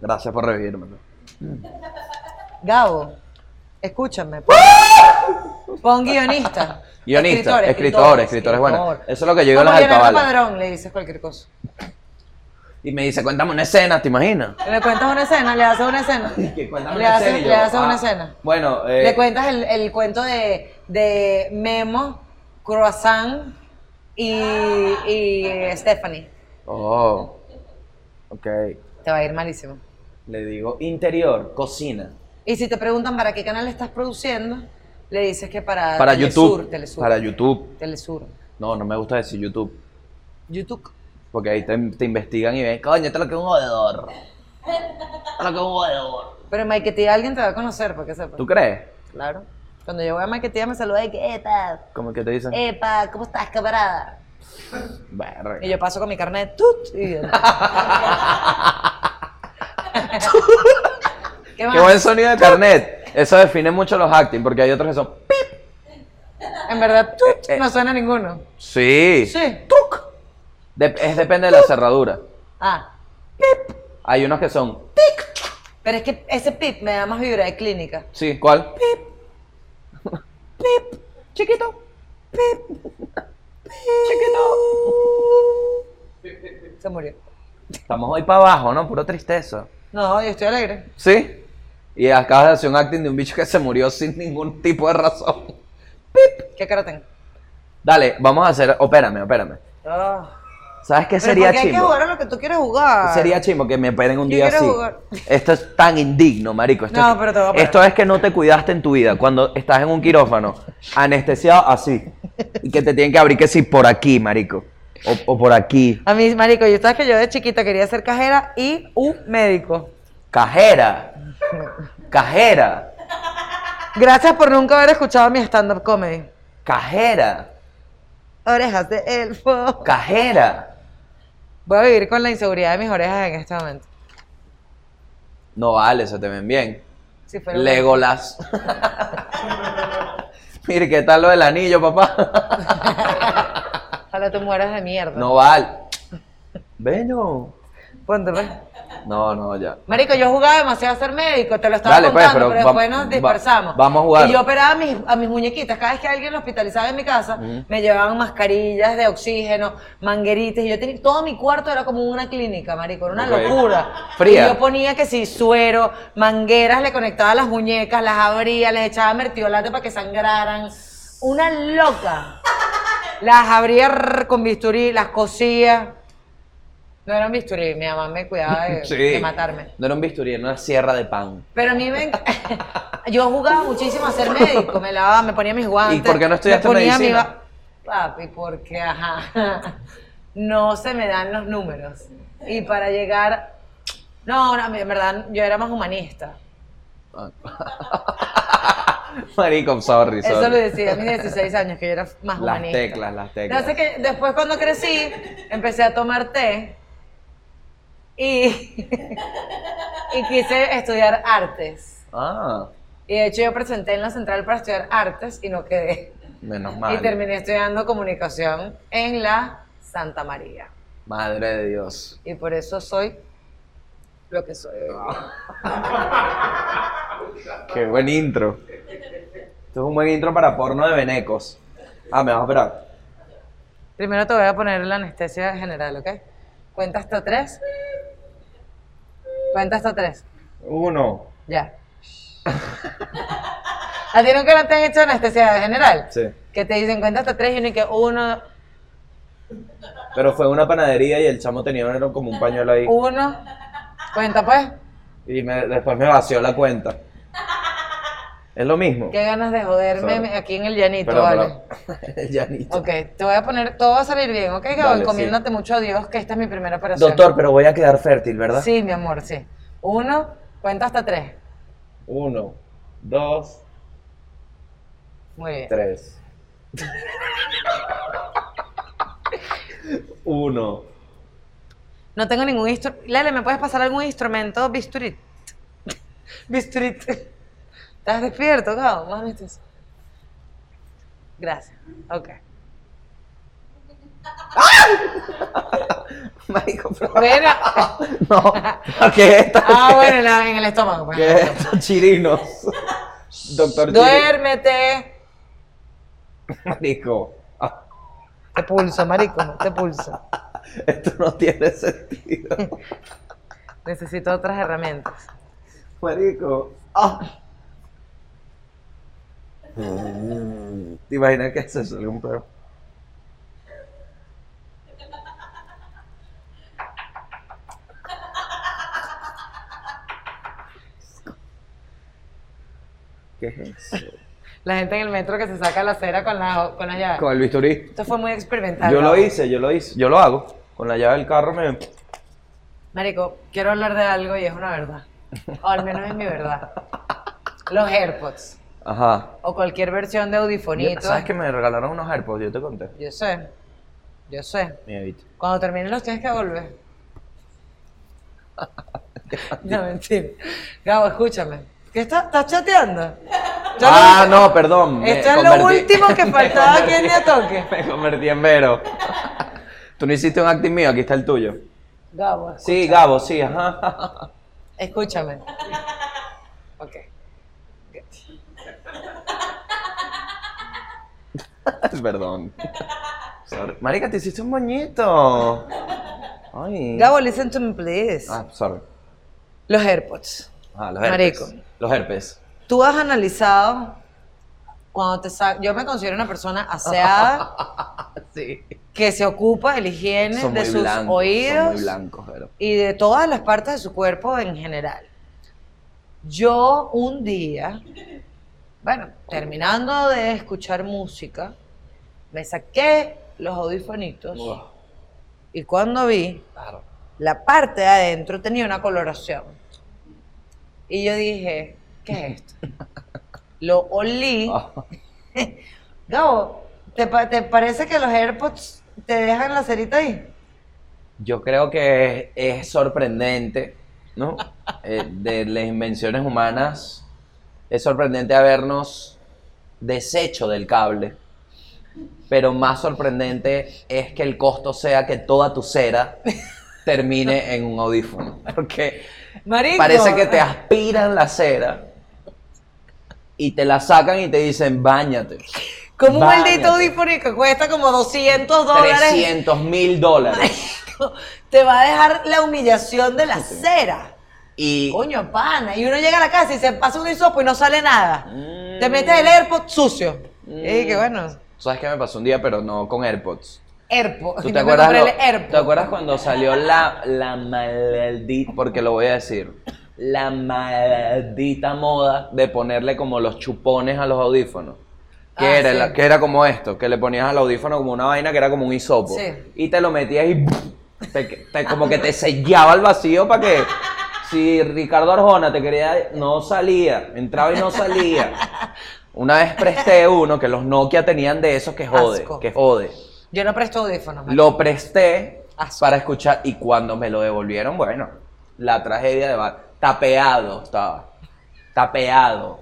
S2: Gracias por revivírmelo.
S1: Gabo, escúchame. Pon, pon guionista.
S2: Guionista, escritor, escritor, es bueno. Eso es lo que yo digo en las
S1: Como Leonardo
S2: alcabalas.
S1: Padrón, le dices cualquier cosa.
S2: Y me dice, cuéntame una escena, ¿te imaginas?
S1: Le cuentas una escena, le haces una escena.
S2: Que cuéntame
S1: Le
S2: una
S1: haces,
S2: escena y yo,
S1: le haces
S2: ah,
S1: una escena.
S2: Bueno, eh,
S1: Le cuentas el, el cuento de, de Memo, Croissant y, y Stephanie.
S2: Oh. Ok.
S1: Te va a ir malísimo.
S2: Le digo, interior, cocina.
S1: Y si te preguntan para qué canal estás produciendo, Ah, le dices que para,
S2: Para
S1: Telesur,
S2: YouTube.
S1: Telesur,
S2: Para YouTube.
S1: Telesur.
S2: No, no me gusta decir YouTube.
S1: YouTube.
S2: Porque ahí te, te investigan y ven, coño, esto es lo que es un jodedor.
S1: Pero en Maiquetía alguien te va a conocer, para que sepas.
S2: ¿Tú crees?
S1: Claro. Cuando yo voy a Maiquetía me saluda y que, epa,
S2: Como que te dicen,
S1: epa, ¿cómo estás, camarada?
S2: verga.
S1: Y yo paso con mi carnet de tut. Y yo... ¿Qué más?
S2: Qué buen sonido de carnet. Eso define mucho los acting, porque hay otros que son. ¡pip!
S1: En verdad, tut
S2: Eh, eh.
S1: no suena ninguno.
S2: Sí.
S1: Sí.
S2: ¡Tuc! De- es, depende de la cerradura.
S1: Ah,
S2: Hay unos que son.
S1: pero es que ese pip me da más vibra de clínica.
S2: Sí, ¿cuál?
S1: Chiquito. Se murió.
S2: Estamos hoy para abajo, ¿no? Puro tristeza.
S1: No, yo estoy alegre.
S2: Sí. Y acabas de hacer un acting de un bicho que se murió sin ningún tipo de razón.
S1: ¿Qué cara tengo?
S2: Dale, vamos a hacer. Opérame, opérame.
S1: Ah.
S2: ¿Sabes qué
S1: Pero
S2: sería
S1: porque hay que
S2: chimbo?
S1: jugar a lo que tú quieres jugar.
S2: Sería chimbo que me operen un
S1: Yo
S2: día
S1: quiero
S2: así.
S1: jugar.
S2: Esto es tan indigno, marico. Esto,
S1: No,
S2: es,
S1: pero te voy a operar.
S2: esto es que no te cuidaste en tu vida. Cuando estás en un quirófano, anestesiado así. Y que te tienen que abrir que sí por aquí, marico. O, o por aquí.
S1: A mí, marico, yo sabes que yo de chiquita quería ser cajera y un médico.
S2: Cajera. Cajera.
S1: Gracias por nunca haber escuchado mi stand-up comedy.
S2: Cajera.
S1: Orejas de elfo.
S2: Cajera.
S1: Voy a vivir con la inseguridad de mis orejas en este momento.
S2: No vale, se te ven bien.
S1: Si fuera un-
S2: Legolas. Mire, ¿qué tal lo del anillo, papá?
S1: Ojalá te mueras de mierda.
S2: No vale. Bello.
S1: Ponte, pues.
S2: No, no, ya.
S1: Marico, yo jugaba demasiado a ser médico, te lo estaba
S2: Dale, pues,
S1: contando, pero,
S2: pero va-
S1: después nos
S2: va-
S1: dispersamos.
S2: vamos a jugar.
S1: Y yo operaba a mis, a mis muñequitas. Cada vez que alguien lo hospitalizaba en mi casa, me llevaban mascarillas de oxígeno, mangueritas. Y yo tenía, todo mi cuarto era como una clínica, marico, era una
S2: Ok.
S1: locura.
S2: Fría.
S1: Y yo ponía que si suero, mangueras, le conectaba a las muñecas, las abría, les echaba mertiolate para que sangraran. Una loca. Las abría rrr, con bisturí, las cosía. No eran bisturí, mi mamá me cuidaba de- de matarme.
S2: No era un bisturí, era una sierra de pan.
S1: Pero a mí me... Yo jugaba muchísimo a ser médico, me lavaba, me ponía mis guantes.
S2: ¿Y por qué no estudiaste
S1: me ponía mi
S2: medicina?
S1: ba- Papi, porque, ajá, no se me dan los números. Y para llegar... No, no, en verdad, yo era más humanista.
S2: Marico, sorry, sorry.
S1: Eso lo decía a mis 16 años, que yo era más
S2: Las
S1: humanista.
S2: teclas, las teclas.
S1: Entonces, que después cuando crecí, empecé a tomar té y, y quise estudiar artes.
S2: Ah,
S1: Y de hecho yo presenté en la central para estudiar artes y no quedé.
S2: Menos mal.
S1: Y terminé estudiando comunicación en la Santa María.
S2: Madre de Dios.
S1: Y por eso soy lo que soy.
S2: Ah.
S1: hoy.
S2: Qué buen intro. Esto es un buen intro para porno de venecos. Ah, me vas a esperar.
S1: Primero te voy a poner la anestesia general, ¿ok? Cuenta hasta tres. Cuenta hasta tres.
S2: Uno.
S1: Ya. ¿A ti nunca no te han hecho anestesia general?
S2: Sí.
S1: Que te dicen cuenta hasta tres y uno y que uno,
S2: Pero fue una panadería y el chamo tenía era como un pañuelo ahí.
S1: Uh. uno. Cuenta pues.
S2: Y me- después me vació la cuenta. Es lo mismo.
S1: Qué ganas de joderme
S2: Sorry.
S1: aquí en el llanito,
S2: Perdón,
S1: ¿vale?
S2: perdón. El llanito.
S1: Ok, te voy a poner, todo va a salir bien, ¿ok? Gabo?
S2: Dale,
S1: Encomiéndate mucho a Dios que esta es mi primera operación.
S2: Doctor, pero voy a quedar fértil, ¿verdad?
S1: Sí, mi amor, sí. Uno, cuenta hasta tres.
S2: Uno, dos,
S1: Muy bien.
S2: tres. Uno.
S1: No tengo ningún instrumento. Lele, ¿me puedes pasar algún instrumento? Bisturit. Bisturit. ¿Estás despierto, Gabo? Más anestesia. Gracias. Ok.
S2: Marico, pero-
S1: Bueno.
S2: No. ¿Qué es esto?
S1: Ah, bueno, en, la- en el estómago. pues.
S2: ¿Qué es esto? Chirinos. Doctor Chirinos.
S1: Duérmete.
S2: Marico. ah,
S1: Te pulso, marico, no te pulso.
S2: Esto no tiene sentido.
S1: Necesito otras herramientas.
S2: Marico. Ah. ¿Te imaginas que se sale un perro? ¿Qué es eso?
S1: La gente en el metro que se saca la cera con la, con la llave.
S2: Con el bisturí.
S1: Esto fue muy experimental.
S2: Yo lo
S1: Gabo.
S2: hice, yo lo hice, yo lo hago. Con la llave del carro me...
S1: Marico, quiero hablar de algo y es una verdad. O al menos es mi verdad. Los AirPods.
S2: Ajá.
S1: O cualquier versión de audifonito.
S2: ¿Sabes que me regalaron unos AirPods? Yo te conté.
S1: Yo sé. Yo sé.
S2: Mira, viste.
S1: Cuando termines los tienes que volver. no, mentira. Gabo, escúchame. ¿Qué estás, estás chateando? Yo
S2: Ah,
S1: lo-
S2: no, perdón. me
S1: Esto es lo
S2: convertí-
S1: último que faltaba aquí en el toque.
S2: Me convertí en Vero. Tú no hiciste un acting mío, aquí está el tuyo.
S1: Gabo,
S2: Sí, Gabo, sí, ajá.
S1: escúchame. Ok.
S2: Perdón. Sorry. Marica, te hiciste un moñito. Ay.
S1: Gabo, listen to me, please.
S2: Ah, sorry.
S1: Los AirPods.
S2: Ah, los herpes.
S1: Marico.
S2: Los herpes.
S1: Tú has analizado cuando te sa- Yo me considero una persona aseada
S2: Sí.
S1: que se ocupa de la higiene
S2: Son
S1: de
S2: muy
S1: sus
S2: blancos. Son muy
S1: oídos
S2: blancos, Vero.
S1: y de todas las partes de su cuerpo en general. Yo un día, bueno, terminando de escuchar música, me saqué los audifonitos
S2: Uah,
S1: y cuando vi
S2: claro.
S1: la parte de adentro tenía una coloración. Y yo dije, ¿qué es esto? Lo olí.
S2: Ah,
S1: Gabo, ¿te, pa- te parece que los AirPods te dejan la cerita ahí?
S2: Yo creo que es, es sorprendente, ¿no? Eh, de las invenciones humanas, es sorprendente habernos deshecho del cable, pero más sorprendente es que el costo sea que toda tu cera termine en un audífono, porque
S1: Marico.
S2: parece que te aspiran la cera y te la sacan y te dicen bañate.
S1: Como un
S2: Báñate.
S1: maldito audífono que cuesta como 200 dólares.
S2: 300 mil dólares.
S1: Te va a dejar la humillación de la cera.
S2: Y
S1: Coño, pana. Y uno llega a la casa y se pasa un hisopo y no sale nada.
S2: Mm.
S1: Te metes el AirPod sucio. Y que bueno,
S2: ¿Sabes qué me pasó un día? Pero no con AirPods.
S1: AirPod. Yo
S2: ¿Tú te
S1: me
S2: acuerdas,
S1: compré
S2: lo-
S1: el AirPod.
S2: ¿Te acuerdas cuando salió la, la maldita, porque lo voy a decir, la maldita moda de ponerle como los chupones a los audífonos? Que,
S1: Ah,
S2: era,
S1: sí.
S2: la- que era como esto, que le ponías al audífono como una vaina que era como un hisopo.
S1: Sí.
S2: Y te lo metías y te- te- como que te sellaba el vacío para que si Ricardo Arjona te quería, no salía, entraba y no salía. Una vez presté uno que los Nokia tenían de esos que jode,
S1: Asco.
S2: que jode.
S1: Yo no presto audífonos. marico.
S2: Lo presté
S1: Asco.
S2: para escuchar y cuando me lo devolvieron, bueno, la tragedia de Bar. Tapeado estaba. Tapeado.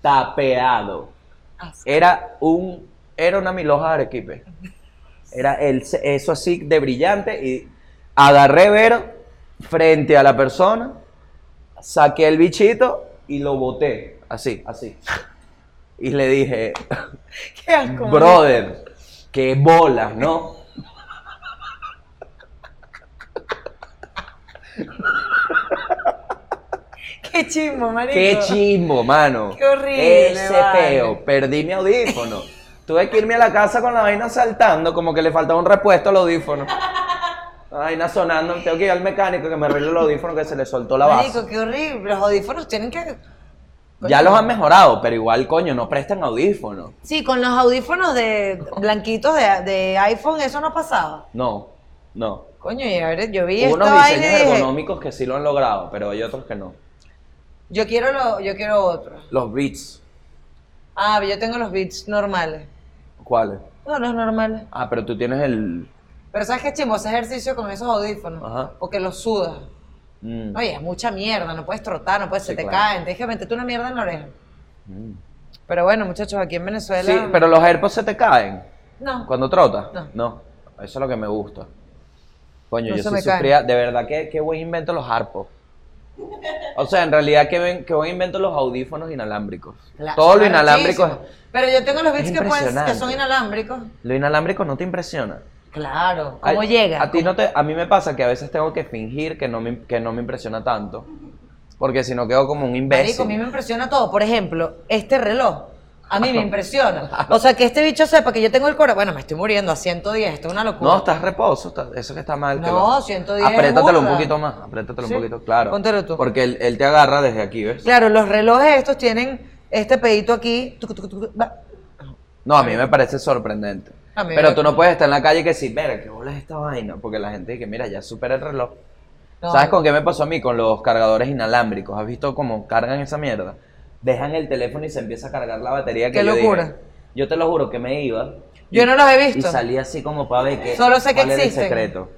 S2: tapeado.
S1: Asco.
S2: Era un era una miloja de Arequipe. Era el, eso así de brillante y agarré Vero frente a la persona, saqué el bichito y lo boté, así, así. Y le dije,
S1: Qué asco, marico.
S2: brother, qué bolas, ¿no?
S1: Qué chimbo, marico.
S2: Qué chimbo, mano.
S1: Qué horrible,
S2: Ese
S1: vale.
S2: peo. Perdí mi audífono. Tuve que irme a la casa con la vaina saltando, como que le faltaba un repuesto al audífono. La vaina sonando. Tengo que ir al mecánico que me arregle el audífono que se le soltó la base.
S1: Marico, qué horrible. Los audífonos tienen que.
S2: Ya los han mejorado, pero igual, coño, no prestan audífono.
S1: Sí, con los audífonos de blanquitos de, de iPhone, eso no pasaba.
S2: No, no.
S1: Coño, y a ver, yo vi
S2: Hubo unos
S1: esta vaina y
S2: diseños
S1: dije,
S2: ergonómicos que sí lo han logrado, pero hay otros que no.
S1: yo quiero lo, yo quiero otro.
S2: Los Beats,
S1: Ah, pero yo tengo los beats normales.
S2: ¿cuáles?
S1: No, los normales.
S2: Ah, pero tú tienes el.
S1: Pero sabes qué chimbo, ese ejercicio con esos audífonos,
S2: Ajá.
S1: porque los sudas.
S2: Mm,
S1: Oye, es mucha mierda, no puedes trotar, no puedes,
S2: Sí,
S1: se te
S2: claro.
S1: caen, te dije, metete una mierda en la oreja.
S2: mm.
S1: Pero bueno, muchachos, aquí en Venezuela.
S2: Sí, pero los AirPods se te caen.
S1: No.
S2: Cuando trota.
S1: No.
S2: Eso es lo que me gusta. Coño,
S1: No
S2: yo
S1: se
S2: sí
S1: me caen.
S2: sufría. De verdad, que qué buen invento los harpos. O sea, en realidad, qué, ven- qué buen invento los audífonos inalámbricos.
S1: La-
S2: Todo lo
S1: son
S2: inalámbrico. es-
S1: arrechísimos. Pero yo tengo los beats que, pueden- que son
S2: impresionante.
S1: inalámbricos.
S2: Lo inalámbrico no te impresiona.
S1: Claro, ¿cómo
S2: A-
S1: llega?
S2: A, ti no te, a mí me pasa que a veces tengo que fingir que no me, que no me impresiona tanto. Porque si no quedo como un
S1: Marico,
S2: imbécil.
S1: a mí me impresiona todo. Por ejemplo, este reloj. A mí me impresiona. O sea, que este bicho sepa que yo tengo el corazón. Bueno, me estoy muriendo a 110. Esto es una locura.
S2: No, estás reposo, está- eso que está mal. que
S1: No,
S2: lo-
S1: 110 es
S2: Apriétatelo un
S1: burda.
S2: poquito más, apriétatelo
S1: Sí,
S2: un poquito, claro.
S1: póntelo tú.
S2: Porque él, él te agarra desde aquí, ¿ves?
S1: Claro, los relojes estos tienen este pedito aquí. tucu, tucu, tucu, va.
S2: No, a mí me parece sorprendente.
S1: A mí
S2: Pero
S1: me-
S2: tú no puedes estar en la calle y que decir, mira, qué bola es esta vaina. Porque la gente dice, mira, ya supera el reloj.
S1: No.
S2: ¿Sabes con qué me pasó a mí? Con los cargadores inalámbricos. ¿Has visto cómo cargan esa mierda? Dejan el teléfono y se empieza a cargar la batería. Que
S1: Qué
S2: yo dije,
S1: locura.
S2: yo te lo juro que me iba.
S1: Yo no los he visto.
S2: Y salí así como para ver que.
S1: Solo sé que
S2: cuál era
S1: existen.
S2: el secreto.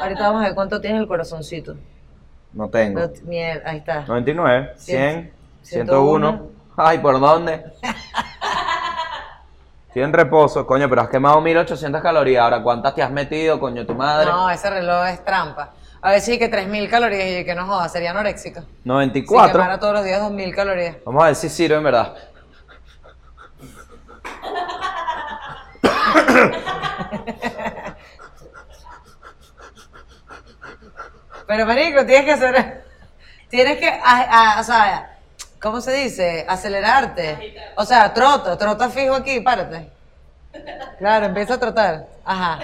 S1: Ahorita vamos a ver cuánto tienes el corazoncito.
S2: No tengo.
S1: No, mierda, ahí está.
S2: 99,
S1: Cien-
S2: 100, 101. Ay, ¿por dónde? Estoy en reposo, coño, pero has quemado 1800 calorías. Ahora, ¿cuántas te has metido, coño, tu madre?
S1: No, ese reloj es trampa. A ver si que 3.000 calorías y yo, que no joda, sería anoréxica. Si
S2: 94.
S1: quemara todos los días 2.000 calorías.
S2: Vamos a ver si sirve en verdad.
S1: Pero marico, tienes que hacer, tienes que, a- a- o sea, ¿cómo se dice? Acelerarte. O sea, trota, trota fijo aquí, párate. Claro, empieza a trotar. Ajá.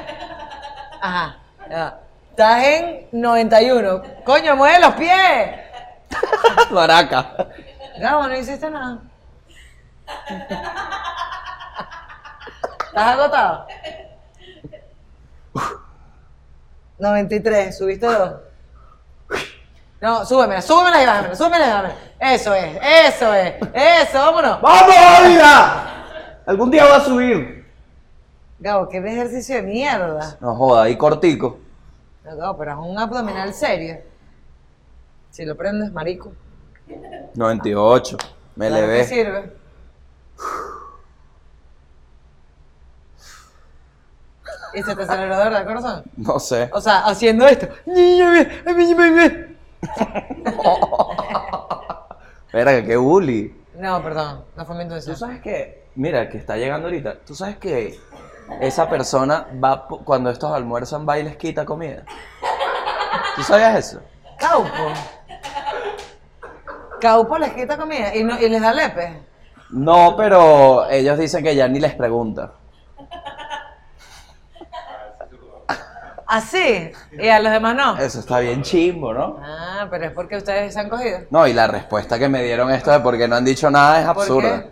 S1: Ajá. Ya. Estás en 91. Coño, mueve los pies.
S2: Maraca.
S1: Gabo, no hiciste nada. ¿Estás agotado? 93, subiste dos. No, súbemela, súbemela y bájamela, súbemela y bájamela. Eso es, eso es, eso, vámonos.
S2: ¡Vamos, vida! Algún día va a subir.
S1: Gabo, qué ejercicio de mierda.
S2: No joda, y cortico.
S1: No, Gabo, pero es un abdominal serio. Si lo prendes, marico.
S2: 98. Me
S1: Claro que
S2: levé.
S1: sirve. ¿Y se te aceleró de verdad el corazón?
S2: No sé.
S1: O sea, haciendo esto.
S2: Verga, qué bully.
S1: No, perdón, no fue mi
S2: Tú
S1: intención.
S2: sabes que, mira, el que está llegando ahorita, tú sabes que esa persona va, po- cuando estos almuerzan, va y les quita comida. ¿Tú sabías eso?
S1: Caupo. Caupo les quita comida y, no- y les da lepe.
S2: No, pero ellos dicen que ya ni les pregunta.
S1: Así. Y a los demás no.
S2: Eso está bien chimbo, ¿no?
S1: Ah, pero es porque ustedes se han cogido.
S2: No, y la respuesta que me dieron esto de por qué no han dicho nada es absurda.
S1: qué?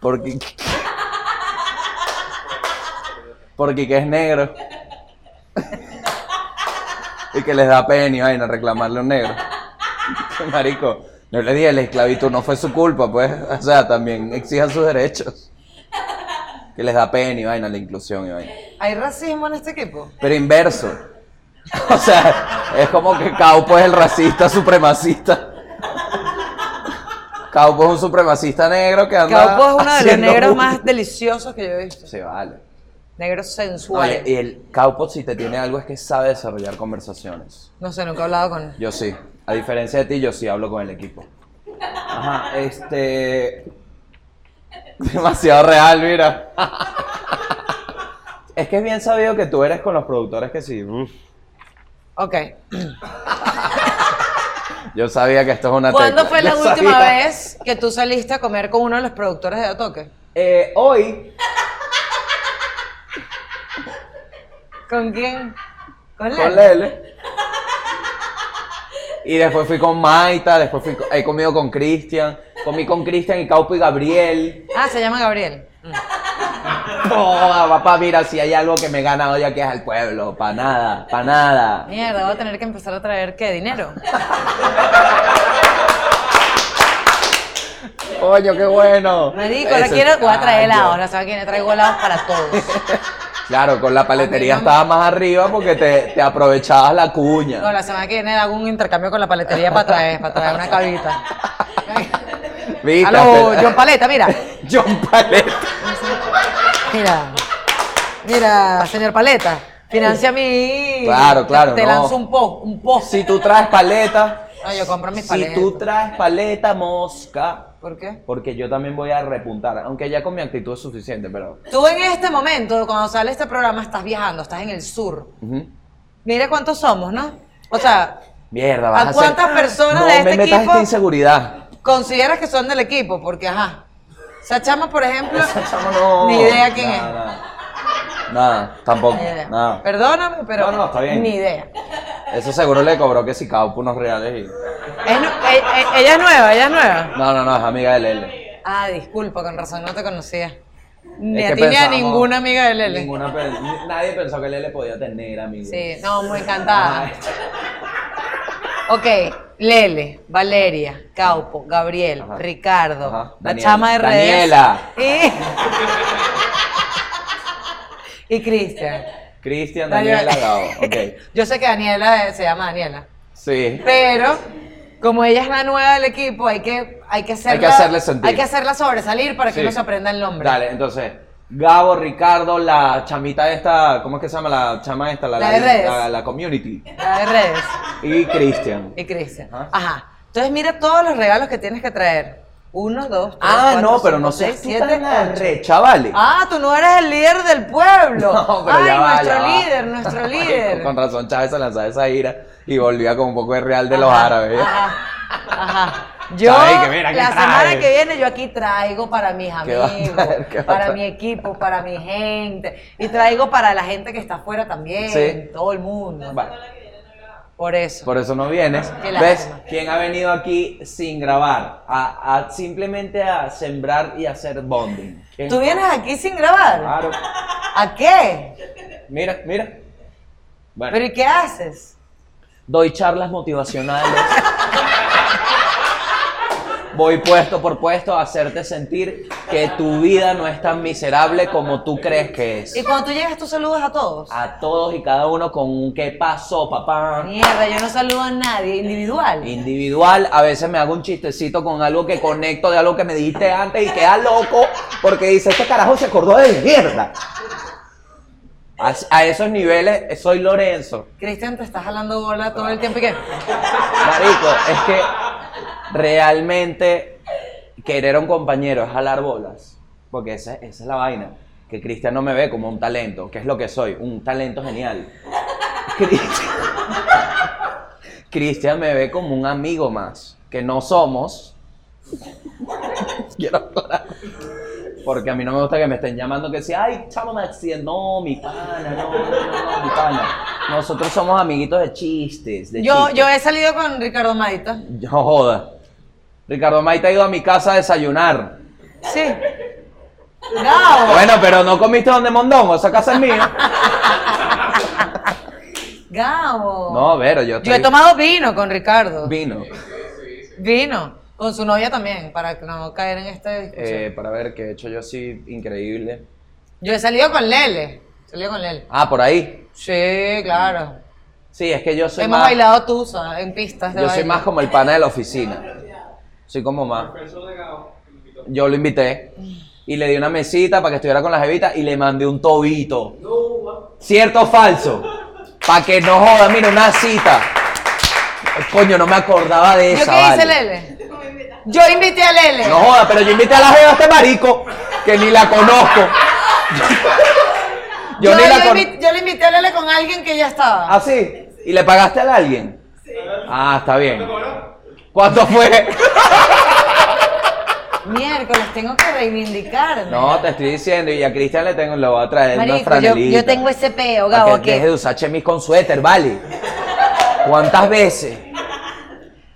S2: Porque... Porque que es negro. y que les da pena y vaina reclamarle a un negro. Marico, no le dije, la esclavitud no fue su culpa, pues. O sea, también exijan sus derechos. Que les da pena y vaina la inclusión y vaina.
S1: ¿Hay racismo en este equipo?
S2: Pero inverso. O sea, es como que Caupo es el racista supremacista. Caupo es un supremacista negro que anda.
S1: Caupo es uno de los
S2: haciendo
S1: negros
S2: bullying.
S1: más deliciosos que yo he visto.
S2: Se vale.
S1: Negros
S2: No, y
S1: sensuales.
S2: y el Caupo, si te tiene algo, es que sabe desarrollar conversaciones.
S1: No sé, nunca he hablado con él.
S2: Yo sí. A diferencia de ti, yo sí hablo con el equipo. Ajá, este. Demasiado real, mira. Es que es bien sabido que tú eres con los productores que sí. uf,
S1: Ok.
S2: Yo sabía que esto es una
S1: ¿Cuándo
S2: tecla,
S1: fue la
S2: yo
S1: última
S2: sabía.
S1: vez que tú saliste a comer con uno de los productores de Atoque?
S2: Eh, hoy,
S1: ¿Con quién? Con él.
S2: con Lele. Y después fui con Maita, después fui, con- he comido con Cristian. Comí con Cristian y Caupo y Gabriel.
S1: Ah, se llama Gabriel. Mm.
S2: Joda, papá, mira, si hay algo que me gana hoy aquí es al pueblo. Pa' nada, pa' nada.
S1: Mierda, voy a tener que empezar a traer, ¿qué? ¿Dinero?
S2: Coño, qué bueno.
S1: Marico, ahora
S2: Eso
S1: quiero,
S2: es-
S1: voy a traer
S2: Coño.
S1: helados. La semana que viene traigo helados para todos.
S2: Claro, con la paletería
S1: A mí no me-
S2: estaba más arriba porque te, te aprovechabas la cuña.
S1: No, la semana que viene hago un intercambio con la paletería para traer, para traer una cabita.
S2: ¿Viste?
S1: Aló,
S2: Hasta-
S1: John Paleta, mira.
S2: John Paleta.
S1: Mira, mira, señor Paleta, financia mi...
S2: Claro, claro,
S1: Te
S2: no.
S1: lanzo un post, un post.
S2: Si tú traes paleta,
S1: No, yo compro mis
S2: si
S1: paletas.
S2: tú traes paleta, mosca.
S1: ¿Por qué?
S2: Porque yo también voy a repuntar, aunque ya con mi actitud es suficiente, pero...
S1: Tú en este momento, cuando sale este programa, estás viajando, estás en el sur.
S2: Ujú.
S1: Mira cuántos somos, ¿no? O sea,
S2: Mierda,
S1: ¿A
S2: vas a, ser-
S1: cuántas personas de
S2: no me
S1: este
S2: metas
S1: equipo?
S2: esta inseguridad.
S1: consideras que son del equipo, porque ajá. Esa chama, por ejemplo,
S2: Esa chama no-
S1: ni idea quién
S2: nada,
S1: es.
S2: Nada, Nada, tampoco,
S1: Ni idea.
S2: nada.
S1: eh, Perdóname, pero
S2: No, no, está bien.
S1: ni idea.
S2: Eso seguro le cobró que si Caupo unos reales y...
S1: Es nu- e- e- ella es nueva, ella es nueva.
S2: No, no, no, es amiga de Lele.
S1: Ah, disculpa, con razón no te conocía. Ni
S2: Es
S1: a
S2: que
S1: ti ni a
S2: pensábamos-
S1: ninguna amiga de Lele.
S2: Ninguna pe- ni- nadie pensó que Lele podía tener amigos.
S1: Sí, no, muy encantada. Ok, Lele, Valeria, Caupo, Gabriel,
S2: Ajá.
S1: Ricardo,
S2: Ajá,
S1: la
S2: Daniela.
S1: chama de redes.
S2: Daniela.
S1: Y, y Cristian.
S2: Cristian, Daniela, Gabo. Ok.
S1: Yo sé que Daniela eh, se llama Daniela.
S2: Sí.
S1: Pero, como ella es la nueva del equipo, hay que, hay que, hacerla,
S2: Hay que hacerle sentir.
S1: hay que hacerla sobresalir para que
S2: Sí.
S1: no se aprenda el nombre.
S2: Dale, entonces, Gabo, Ricardo, la chamita esta, ¿cómo es que se llama la chama esta?
S1: La de redes.
S2: La, la community.
S1: La de redes.
S2: Y Cristian.
S1: Y Cristian.
S2: Ajá.
S1: Ajá. Entonces mira todos los regalos que tienes que traer. Uno, dos, tres,
S2: Ah,
S1: cuatro,
S2: no, pero
S1: cinco,
S2: no
S1: seis,
S2: seas tú
S1: siete,
S2: tan
S1: ocho.
S2: arre, chavales.
S1: Ah, tú no eres el líder del pueblo.
S2: No, pero
S1: Ay,
S2: ya va,
S1: nuestro
S2: ya va.
S1: líder, nuestro
S2: Marico,
S1: líder.
S2: Con razón Chávez se lanzaba esa gira y volvía con un poco de real de los
S1: Ajá,
S2: árabes.
S1: Ajá. Ajá. Yo,
S2: Ay, que mira, ¿qué
S1: la
S2: traes?
S1: semana que viene, yo aquí traigo para mis
S2: ¿Qué va a
S1: amigos,
S2: traer? ¿Qué va a
S1: para
S2: traer?
S1: mi equipo, para mi gente. Y traigo para la gente que está afuera también,
S2: Sí.
S1: todo el mundo.
S2: Vale,
S1: Por eso.
S2: por eso no vienes.
S1: Qué
S2: ¿Ves?
S1: lástima.
S2: ¿Quién ha venido aquí sin grabar? A, a simplemente a sembrar y hacer bonding. ¿Quién?
S1: ¿Tú vienes aquí sin grabar?
S2: Claro.
S1: ¿A qué?
S2: Mira, mira. Bueno,
S1: ¿Pero y qué haces?
S2: doy charlas motivacionales. Voy puesto por puesto a hacerte sentir que tu vida no es tan miserable como tú crees que es.
S1: Y cuando tú llegas, tú saludas a todos.
S2: a todos y cada uno con un qué pasó, papá.
S1: Mierda, yo no saludo a nadie, individual.
S2: Individual, a veces me hago un chistecito con algo que conecto de algo que me dijiste antes y queda loco porque dice, este carajo se acordó de mierda. A, a esos niveles soy Lorenzo.
S1: Cristian, te estás jalando bola todo el tiempo y que.
S2: Marico, es que realmente querer a un compañero es jalar bolas. Porque esa, esa es la vaina. Que Cristian no me ve como un talento, que es lo que soy, un talento genial. Cristian, Cristian me ve como un amigo más, que no somos. Quiero aclarar. Porque a mí no me gusta que me estén llamando que sea, ay, chamo, me accidentó, no, mi pana, no, no, no, mi pana. Nosotros somos amiguitos de chistes. De
S1: Yo,
S2: chistes.
S1: yo he salido con Ricardo Maita.
S2: No joda. Ricardo Maite ha ido a mi casa a desayunar.
S1: Sí. Gabo.
S2: Bueno, pero no comiste donde mondongo, esa casa es mía.
S1: Gabo.
S2: No, pero yo
S1: Yo he
S2: estoy-
S1: tomado vino con Ricardo.
S2: vino.
S1: Vino. Con su novia también, para no caer en esta discusión.
S2: Eh, para ver qué he hecho yo así increíble.
S1: Yo he salido con Lele. He salido con Lele.
S2: Ah, por ahí.
S1: Sí, claro.
S2: Sí, es que yo soy
S1: Hemos
S2: más
S1: bailado tusa en pistas de
S2: yo soy
S1: baile.
S2: más como el pana de la oficina. Soy como más.
S3: Profesor de Gao me invitó.
S2: Yo lo invité y le di una mesita para que estuviera con la jevita y le mandé un tobito.
S3: No, ma.
S2: ¿Cierto o falso? Para que no joda, mira, una cita. Coño, no me acordaba de
S1: ¿Yo
S2: esa.
S1: qué hice,
S2: vale.
S1: Lele? Yo invité a Lele.
S2: No joda, pero yo invité a la jeva a este marico que ni la conozco. Yo, ni la Ah.
S1: invi-
S2: conozco.
S1: yo le invité a Lele con alguien que ya estaba.
S2: ¿Así? ¿Y le pagaste a alguien? Ah, está bien.
S3: Bueno,
S2: ¿Cuánto fue?
S1: Miércoles, tengo que reivindicarme.
S2: No, te estoy diciendo, y a Cristian le tengo, le voy a traer una
S1: Marico, yo,
S2: franelita.
S1: yo tengo ese peo,
S2: Para
S1: Gabo,
S2: que deje
S1: que
S2: de usar chemis con suéter, vale. ¿Cuántas veces?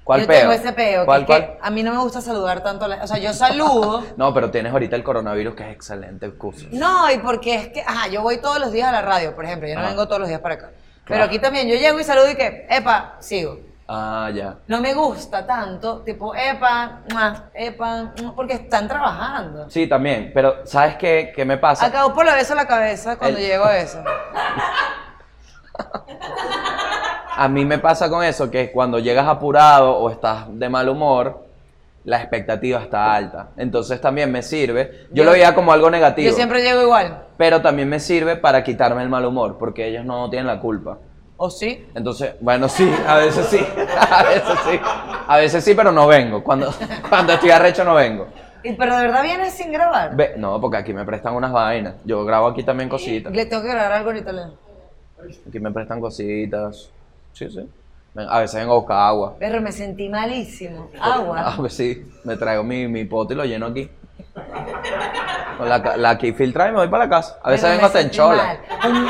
S2: ¿Cuál
S1: yo
S2: peo?
S1: tengo ese peo. que
S2: ¿Cuál,
S1: es que
S2: cuál?
S1: a mí no me gusta saludar tanto. a la- o sea, yo saludo.
S2: No, pero tienes ahorita el coronavirus que es excelente excusa.
S1: No, y porque es que, ajá, yo voy todos los días a la radio, por ejemplo, yo no
S2: Ajá.
S1: vengo todos los días para acá. Pero
S2: Claro.
S1: aquí también, yo llego y saludo y que, epa, sigo.
S2: Ah, ya.
S1: No me gusta tanto, tipo, epa, mua, epa, mua, porque están trabajando.
S2: Sí, también, pero ¿sabes qué, qué me pasa?
S1: Acabo por la beso en la cabeza cuando
S2: El-
S1: llego a eso.
S2: A mí me pasa con eso que cuando llegas apurado o estás de mal humor, la expectativa está alta. Entonces también me sirve. Yo,
S1: Yo-
S2: lo veía como algo negativo,
S1: Yo siempre llego igual.
S2: pero también me sirve para quitarme el mal humor, porque ellos no tienen la culpa.
S1: ¿O sí?
S2: Entonces, bueno, sí, a veces sí, a veces sí, a veces sí, pero no vengo. Cuando, cuando estoy arrecho no vengo.
S1: Y, pero de verdad vienes sin grabar.
S2: Ve- no, porque aquí me prestan unas vainas. Yo grabo aquí también cositas.
S1: Le tengo que grabar algo ahorita. Leo.
S2: Aquí me prestan cositas. Sí, sí. Ven- A veces vengo a buscar agua.
S1: Perro, me sentí malísimo. Agua.
S2: Ah, pues sí, me traigo mi, mi pote y lo lleno aquí. Con la, ca- la aquí filtrada y me voy para la casa. A veces
S1: Pero me
S2: vengo hasta en
S1: sentí
S2: chola.
S1: mal.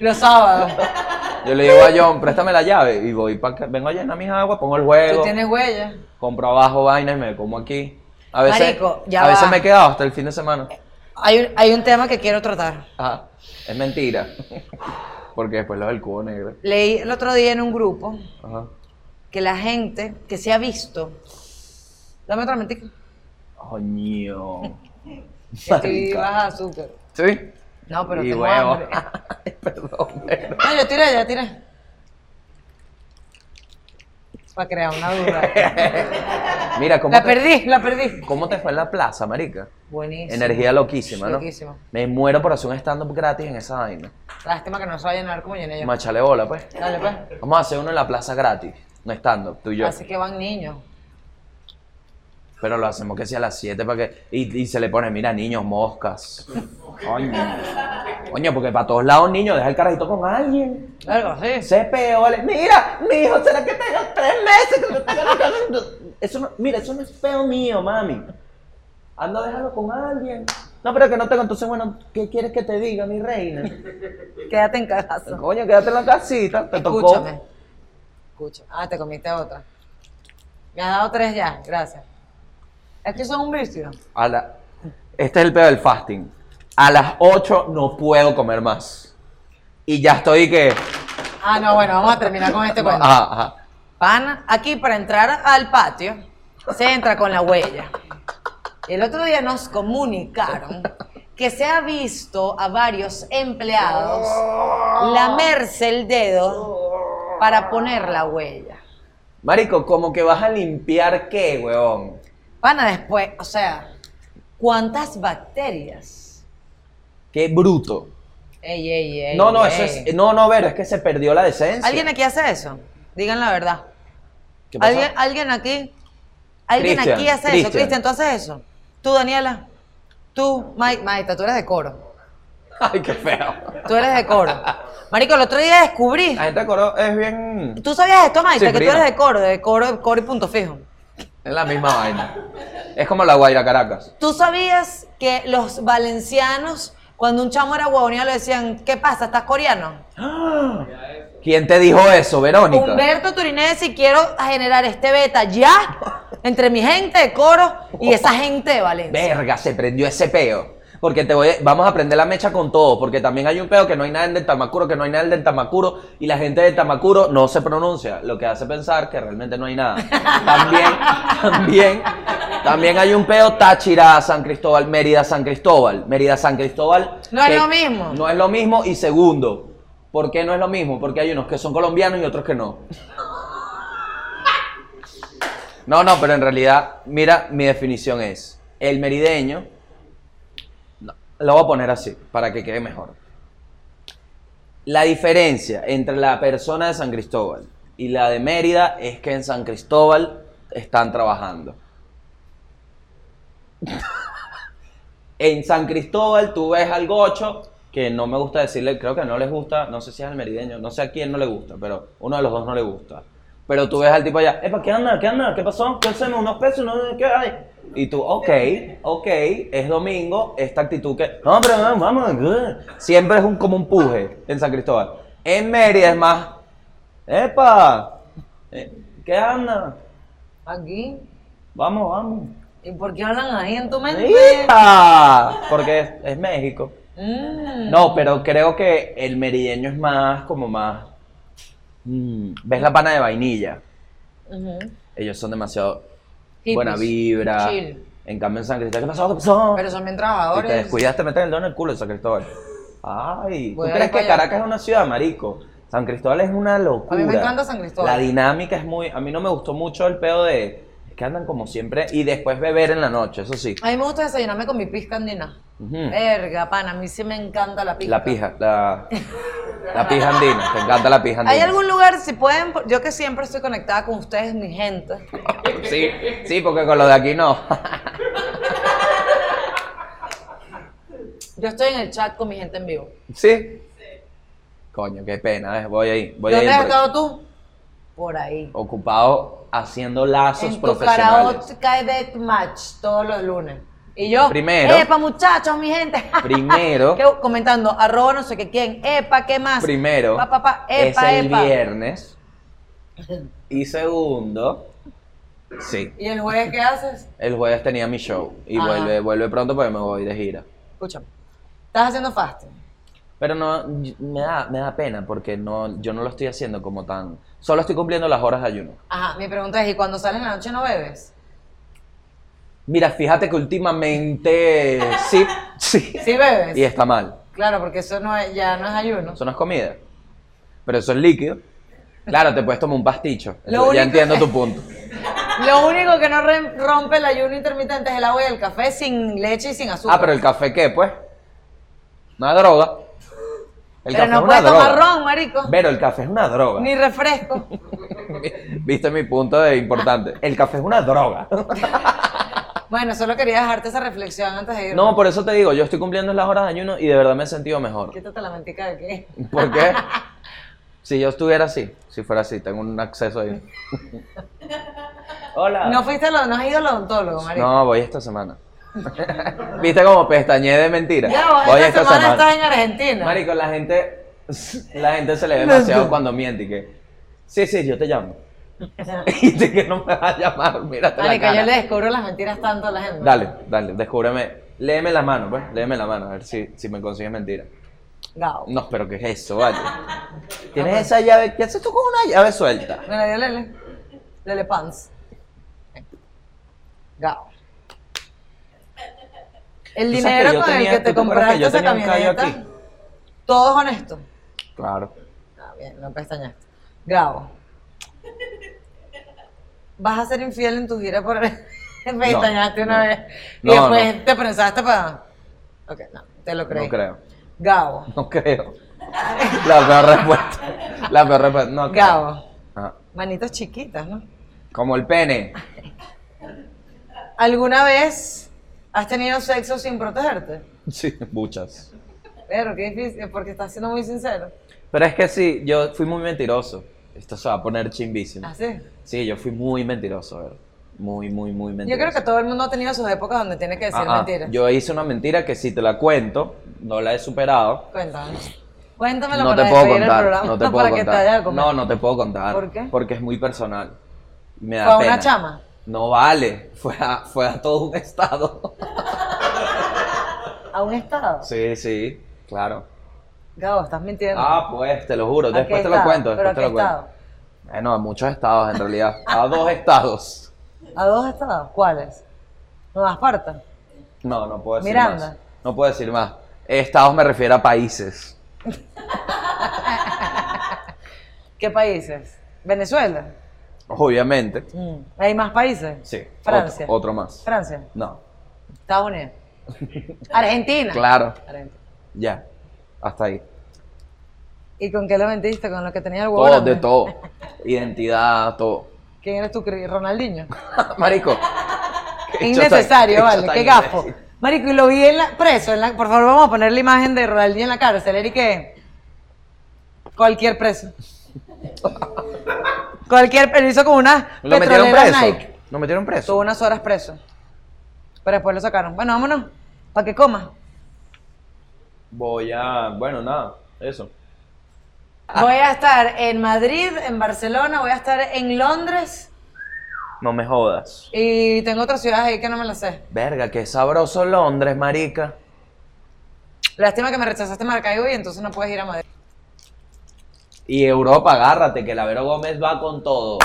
S1: Los sábados.
S2: Yo le digo a John, préstame la llave y voy para acá. Vengo a llenar mis aguas, pongo el juego,
S1: Tú tienes huella.
S2: compro abajo vainas y me como aquí. A veces,
S1: Marico, ya
S2: a veces
S1: va. Eh.
S2: me he quedado hasta el fin de semana.
S1: Hay un, hay un tema que quiero tratar.
S2: Ajá, es mentira. Porque después lo del cubo negro.
S1: Leí el otro día en un grupo
S2: Ajá.
S1: que la gente que se ha visto. Dame otra mentica.
S2: Coño.
S1: Estoy
S2: Marica.
S1: baja de azúcar.
S2: ¿Sí?
S1: No, pero
S2: Y
S1: tengo
S2: huevo.
S1: hambre.
S2: Ay, Perdón, pero-
S1: No, yo tiré, ya tiré. Para crear una duda.
S2: Mira, ¿cómo
S1: La
S2: te-
S1: perdí, la perdí.
S2: ¿Cómo te fue en la plaza, marica?
S1: Buenísimo.
S2: Energía loquísima, ¿no?
S1: Loquísimo.
S2: Me muero por hacer un stand-up gratis en esa vaina.
S1: Lástima que no se va a llenar como llené yo.
S2: Machale bola, pues.
S1: Dale, pues.
S2: Vamos a hacer uno en la plaza gratis. No stand-up, tú y yo.
S1: Así que van niños.
S2: Pero lo hacemos que sea a las 7 para que. Y, y se le pone, mira, niños, moscas. Coño. Coño, porque para todos lados, niño, deja el carajito con alguien.
S1: Algo así.
S2: CPO, vale. Mira, mi hijo, ¿será que tengo tres meses? que no tengo la casa? Eso no, mira, eso no es peo mío, mami. Anda, déjalo con alguien. No, pero que no tengo. Entonces, bueno, ¿qué quieres que te diga, mi reina?
S1: Quédate en casa.
S2: Coño, quédate en la casita. Te
S1: Escúchame.
S2: tocó.
S1: Escúchame. Ah, te comiste otra. Me has dado tres ya, gracias. Es que son un vicio.
S2: A la- Este es el peo del fasting. A las 8 no puedo comer más. Y ya estoy que.
S1: Ah, no, bueno, vamos a terminar con este cuento.
S2: Ajá, ajá.
S1: Pana, aquí para entrar al patio se entra con la huella. El otro día nos comunicaron que se ha visto a varios empleados lamerse el dedo para poner la huella.
S2: Marico, como que vas a limpiar qué, weón.
S1: Pana, después, o sea, ¿cuántas bacterias?
S2: Qué bruto.
S1: Ey, ey, ey.
S2: No, no,
S1: ey.
S2: eso es. No, no, ver, es que se perdió la decencia.
S1: ¿Alguien aquí hace eso? Digan la verdad.
S2: ¿Qué pasó?
S1: ¿Alguien, alguien aquí? ¿Alguien
S2: Cristian,
S1: aquí hace eso?
S2: Cristian.
S1: Cristian, ¿tú haces eso? ¿Tú, Daniela? ¿Tú, Mike? Maita, tú eres de coro.
S2: Ay, qué feo.
S1: Tú eres de coro. Marico, el otro día descubrí.
S2: La gente de coro es bien.
S1: ¿Tú sabías esto, Maita?
S2: Sí,
S1: que tú
S2: prima.
S1: eres de coro, de coro, coro y punto fijo.
S2: Es la misma vaina. Es como la Guaira Caracas.
S1: ¿Tú sabías que los valencianos, cuando un chamo era huevonía, le decían, ¿qué pasa? ¿Estás coreano?
S2: ¿Quién te dijo eso, Verónica?
S1: Humberto Turinés, si quiero generar este beta ya entre mi gente de coro y esa gente de Valencia.
S2: Verga, se prendió ese peo. Porque te voy a- vamos a prender la mecha con todo. Porque también hay un peo que no hay nadie del Tamacuro, que no hay nadie del Tamacuro. Y la gente del Tamacuro no se pronuncia. Lo que hace pensar que realmente no hay nada. También, también, también hay un peo Táchira, San Cristóbal, Mérida, San Cristóbal. Mérida, San Cristóbal.
S1: No es
S2: que
S1: lo mismo.
S2: No es lo mismo. Y segundo, ¿por qué no es lo mismo? Porque hay unos que son colombianos y otros que no. No, no, pero en realidad, mira, mi definición es, el merideño, no, lo voy a poner así, para que quede mejor. La diferencia entre la persona de San Cristóbal y la de Mérida es que en San Cristóbal están trabajando. En San Cristóbal tú ves al gocho, que no me gusta decirle, creo que no les gusta, no sé si es al merideño, no sé a quién no le gusta, pero uno de los dos no le gusta. Pero tú ves al tipo allá, ¿para ¿qué anda? ¿Qué anda? ¿Qué pasó? ¿Qué hacemos? ¿Unos pesos? ¿No? ¿Qué hay? Y tú, ok, ok, es domingo, esta actitud que, no, pero no, vamos, eh". siempre es un, como un puje en San Cristóbal. En Mérida es más, ¡epa! Eh, ¿Qué anda?
S1: Aquí.
S2: Vamos, vamos.
S1: ¿Y por qué hablan ahí en tu mente?
S2: ¡Hija! Porque es- es México.
S1: Mm.
S2: No, pero creo que el merideño es más, como más. mm, ¿Ves la pana de vainilla?
S1: Ujú.
S2: Ellos son demasiado
S1: Hippies.
S2: buena vibra.
S1: pues, Chill.
S2: En cambio, en San Cristóbal, ¿qué pasó? ¿Qué pasó?
S1: Pero son bien
S2: Si te
S1: trabajadores.
S2: descuidas, te meten el dedo en el culo en San Cristóbal. Ay, ¿tú
S1: Voy a
S2: crees
S1: ir para
S2: que
S1: allá.
S2: Caracas es una ciudad, marico? San Cristóbal es una locura.
S1: encanta San Cristóbal.
S2: La dinámica es muy. A mí no me gustó mucho el pedo de. Es que andan como siempre y después beber en la noche, eso sí.
S1: A mí me gusta desayunarme con mi pizca andina.
S2: Ujú.
S1: Verga, pana, a mí sí me encanta la pizca.
S2: Mm. La pija, la, la pija andina. Te encanta la pija andina.
S1: ¿Hay algún lugar, si pueden, por- yo que siempre estoy conectada con ustedes, mi gente?
S2: Sí, sí, porque con lo de aquí no.
S1: Yo estoy en el chat con mi gente en vivo.
S2: ¿Sí? Coño, qué pena, eh, voy ahí, voy ahí.
S1: ¿Dónde has
S2: porque-
S1: estado tú? Por ahí.
S2: Ocupado haciendo lazos
S1: en tu
S2: profesionales.
S1: karaoke de match todos los lunes. Y yo,
S2: Primero.
S1: epa muchachos, mi gente.
S2: Primero.
S1: Que- comentando, arroba no sé qué quién, epa, ¿qué más?
S2: Primero,
S1: Pa, pa, pa,
S2: es
S1: epa,
S2: el
S1: epa.
S2: viernes. Y segundo, sí,
S1: ¿Y el jueves qué haces?
S2: el jueves tenía mi show. Y
S1: Ajá.
S2: vuelve, vuelve pronto porque me voy de gira.
S1: Escúchame, estás haciendo fasting.
S2: Pero no, me da, me da pena porque no, yo no lo estoy haciendo como tan... Solo estoy cumpliendo las horas de ayuno.
S1: Ajá, mi pregunta es, ¿y cuando sales en la noche no bebes?
S2: Mira, fíjate que últimamente sí, sí.
S1: Sí bebes.
S2: Y está mal.
S1: Claro, porque eso no es, ya no es ayuno.
S2: Eso no es comida. Pero eso es líquido. Claro, te puedes tomar un pasticho. Eso-
S1: Lo único-
S2: ya entiendo tu punto.
S1: Lo único que no re- rompe el ayuno intermitente es el agua y el café sin leche y sin azúcar.
S2: Ah, pero el café qué, pues? Una droga. El
S1: Pero
S2: café
S1: no
S2: es una
S1: puedes
S2: droga.
S1: tomar ron, marico.
S2: Pero el café es una droga.
S1: Ni refresco.
S2: Viste mi punto de importante. El café es una droga.
S1: Bueno, solo quería dejarte esa reflexión antes de ir.
S2: No, por eso te digo, yo estoy cumpliendo las horas de ayuno y de verdad me he sentido mejor.
S1: Quítate la mantica de aquí.
S2: ¿Por qué? Si yo estuviera así, si fuera así, tengo un acceso ahí. Hola.
S1: No fuiste al- no has ido al odontólogo, marico.
S2: No, voy esta semana. ¿Viste cómo pestañé de mentira?
S1: Ya, vos
S2: voy
S1: esta semana estás en Argentina.
S2: Marico, la gente, la gente se le ve demasiado cuando miente y que, sí, sí, yo te llamo. y de que no me vas a llamar, mírate la
S1: Marico,
S2: cara.
S1: yo le descubro las mentiras tanto a la gente.
S2: Dale, dale, descúbreme, léeme la mano, pues, léeme la mano, a ver si, si me consigues mentira.
S1: Gao.
S2: No, pero ¿qué es eso, vale? Tienes esa llave, ¿qué haces tú con una llave suelta?
S1: Mira, dio Lele. Lele Pants. Gao. El
S2: ¿Tú sabes
S1: dinero
S2: que yo
S1: con
S2: tenía-
S1: el que te
S2: tú te acuerdas
S1: compraste
S2: que yo
S1: esa
S2: tenía un callo
S1: camioneta,
S2: aquí?
S1: todo es honesto.
S2: Claro.
S1: Ah, bien, no pestañaste. Gao. Vas a ser infiel en tu gira por... pestañaste una
S2: no.
S1: vez. Y
S2: No,
S1: después te pensaste para... Ok, no, te lo creí.
S2: No creo,
S1: Gao.
S2: no creo. La peor respuesta, la peor respuesta, no creo.
S1: Gao.
S2: Ah,
S1: Manitos chiquitas, ¿no?
S2: como el pene.
S1: ¿Alguna vez has tenido sexo sin protegerte?
S2: Sí, muchas.
S1: Pero qué difícil, porque estás siendo muy sincero.
S2: Pero es que sí, yo fui muy mentiroso. Esto se va a poner chimbísimo.
S1: Así.
S2: Sí, yo fui muy mentiroso, ver. Muy, muy, muy mentiroso.
S1: Yo creo que todo el mundo ha tenido sus épocas donde tiene que decir
S2: Ah, ah,
S1: mentiras.
S2: Yo hice una mentira que si te la cuento, no la he superado.
S1: Cuéntame. Cuéntamelo
S2: no
S1: para
S2: te puedo
S1: despedir el
S2: contar.
S1: programa,
S2: No te puedo
S1: para que te vayas
S2: contar.
S1: a comer.
S2: No, no te puedo contar.
S1: ¿Por qué?
S2: Porque es muy personal. Me da
S1: Fue a
S2: pena.
S1: una chama.
S2: No vale. Fue a, fue a todo un estado.
S1: A un estado.
S2: Sí, sí, claro.
S1: Gabo, estás mintiendo.
S2: Ah, pues, te lo juro.
S1: ¿A qué
S2: Después te lo
S1: estado?
S2: cuento.
S1: ¿Pero a
S2: Después te
S1: qué
S2: lo cuento.
S1: estado?
S2: Bueno, a muchos estados en realidad. A dos estados.
S1: ¿A dos estados? ¿Cuáles? Nueva Esparta.
S2: No, no puedo decir
S1: Miranda.
S2: más. No puedo decir más. Estados me refiero a países.
S1: ¿Qué países? ¿Venezuela?
S2: Obviamente.
S1: Mm. ¿Hay más países?
S2: Sí.
S1: Francia.
S2: Otro, otro más.
S1: Francia.
S2: No.
S1: Estados Unidos. Argentina.
S2: Claro.
S1: Argentina.
S2: Ya. Hasta ahí.
S1: ¿Y con qué lo mentiste? ¿Con lo que tenía el huevo?
S2: Todo,
S1: grande?
S2: de todo. Identidad, todo.
S1: ¿Quién eres tú, Cri- Ronaldinho?
S2: Marico.
S1: Es innecesario,
S2: Qué
S1: vale,
S2: chota
S1: qué
S2: que
S1: gafo.
S2: eres.
S1: Marico, y lo vi en la, preso. En la, por favor, vamos a poner la imagen de Ronaldinho en la cárcel. Eric, ¿qué? Cualquier preso. Cualquier preso. Hizo como una
S2: Lo metieron
S1: petrolera
S2: preso.
S1: Nike.
S2: Lo metieron
S1: Estuvo
S2: preso.
S1: unas horas preso. Pero después lo sacaron. Bueno, vámonos. Para que coma.
S2: Voy a. Bueno, nada. Eso. Ah.
S1: Voy a estar en Madrid, en Barcelona, voy a estar en Londres
S2: No me jodas.
S1: y tengo otras ciudades ahí que no me las sé.
S2: Verga, qué sabroso Londres, marica.
S1: Lástima que me rechazaste Maracaibo y entonces no puedes ir a Madrid.
S2: Y Europa, agárrate, que la Vero Gómez va con todo.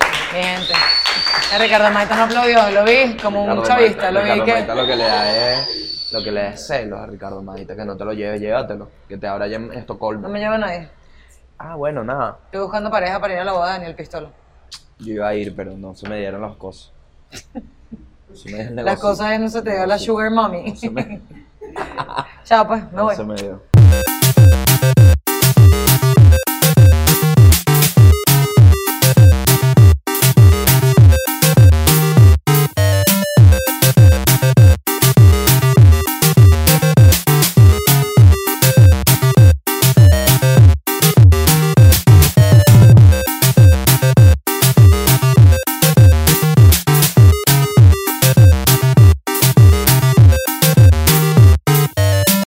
S1: Mi gente. Ya Ricardo Maita no aplaudió, lo vi como un
S2: Ricardo
S1: chavista,
S2: Maita,
S1: lo vi
S2: Ricardo
S1: que...
S2: Maita lo que le da es. Lo que le da es celos a Ricardo Madita, que no te lo lleves, llévatelo. Que te abra ya en
S1: No
S2: Estocolmo.
S1: me lleva nadie.
S2: Ah, bueno, nada.
S1: Estoy buscando pareja para ir a la boda de Daniel Pistolo.
S2: Yo iba a ir, pero no se me dieron las cosas. Se me dio el
S1: Las
S2: negocio.
S1: cosas no se te dio la sugar mommy.
S2: No se me,
S1: Chao pues, me
S2: no
S1: voy.
S2: se me dio.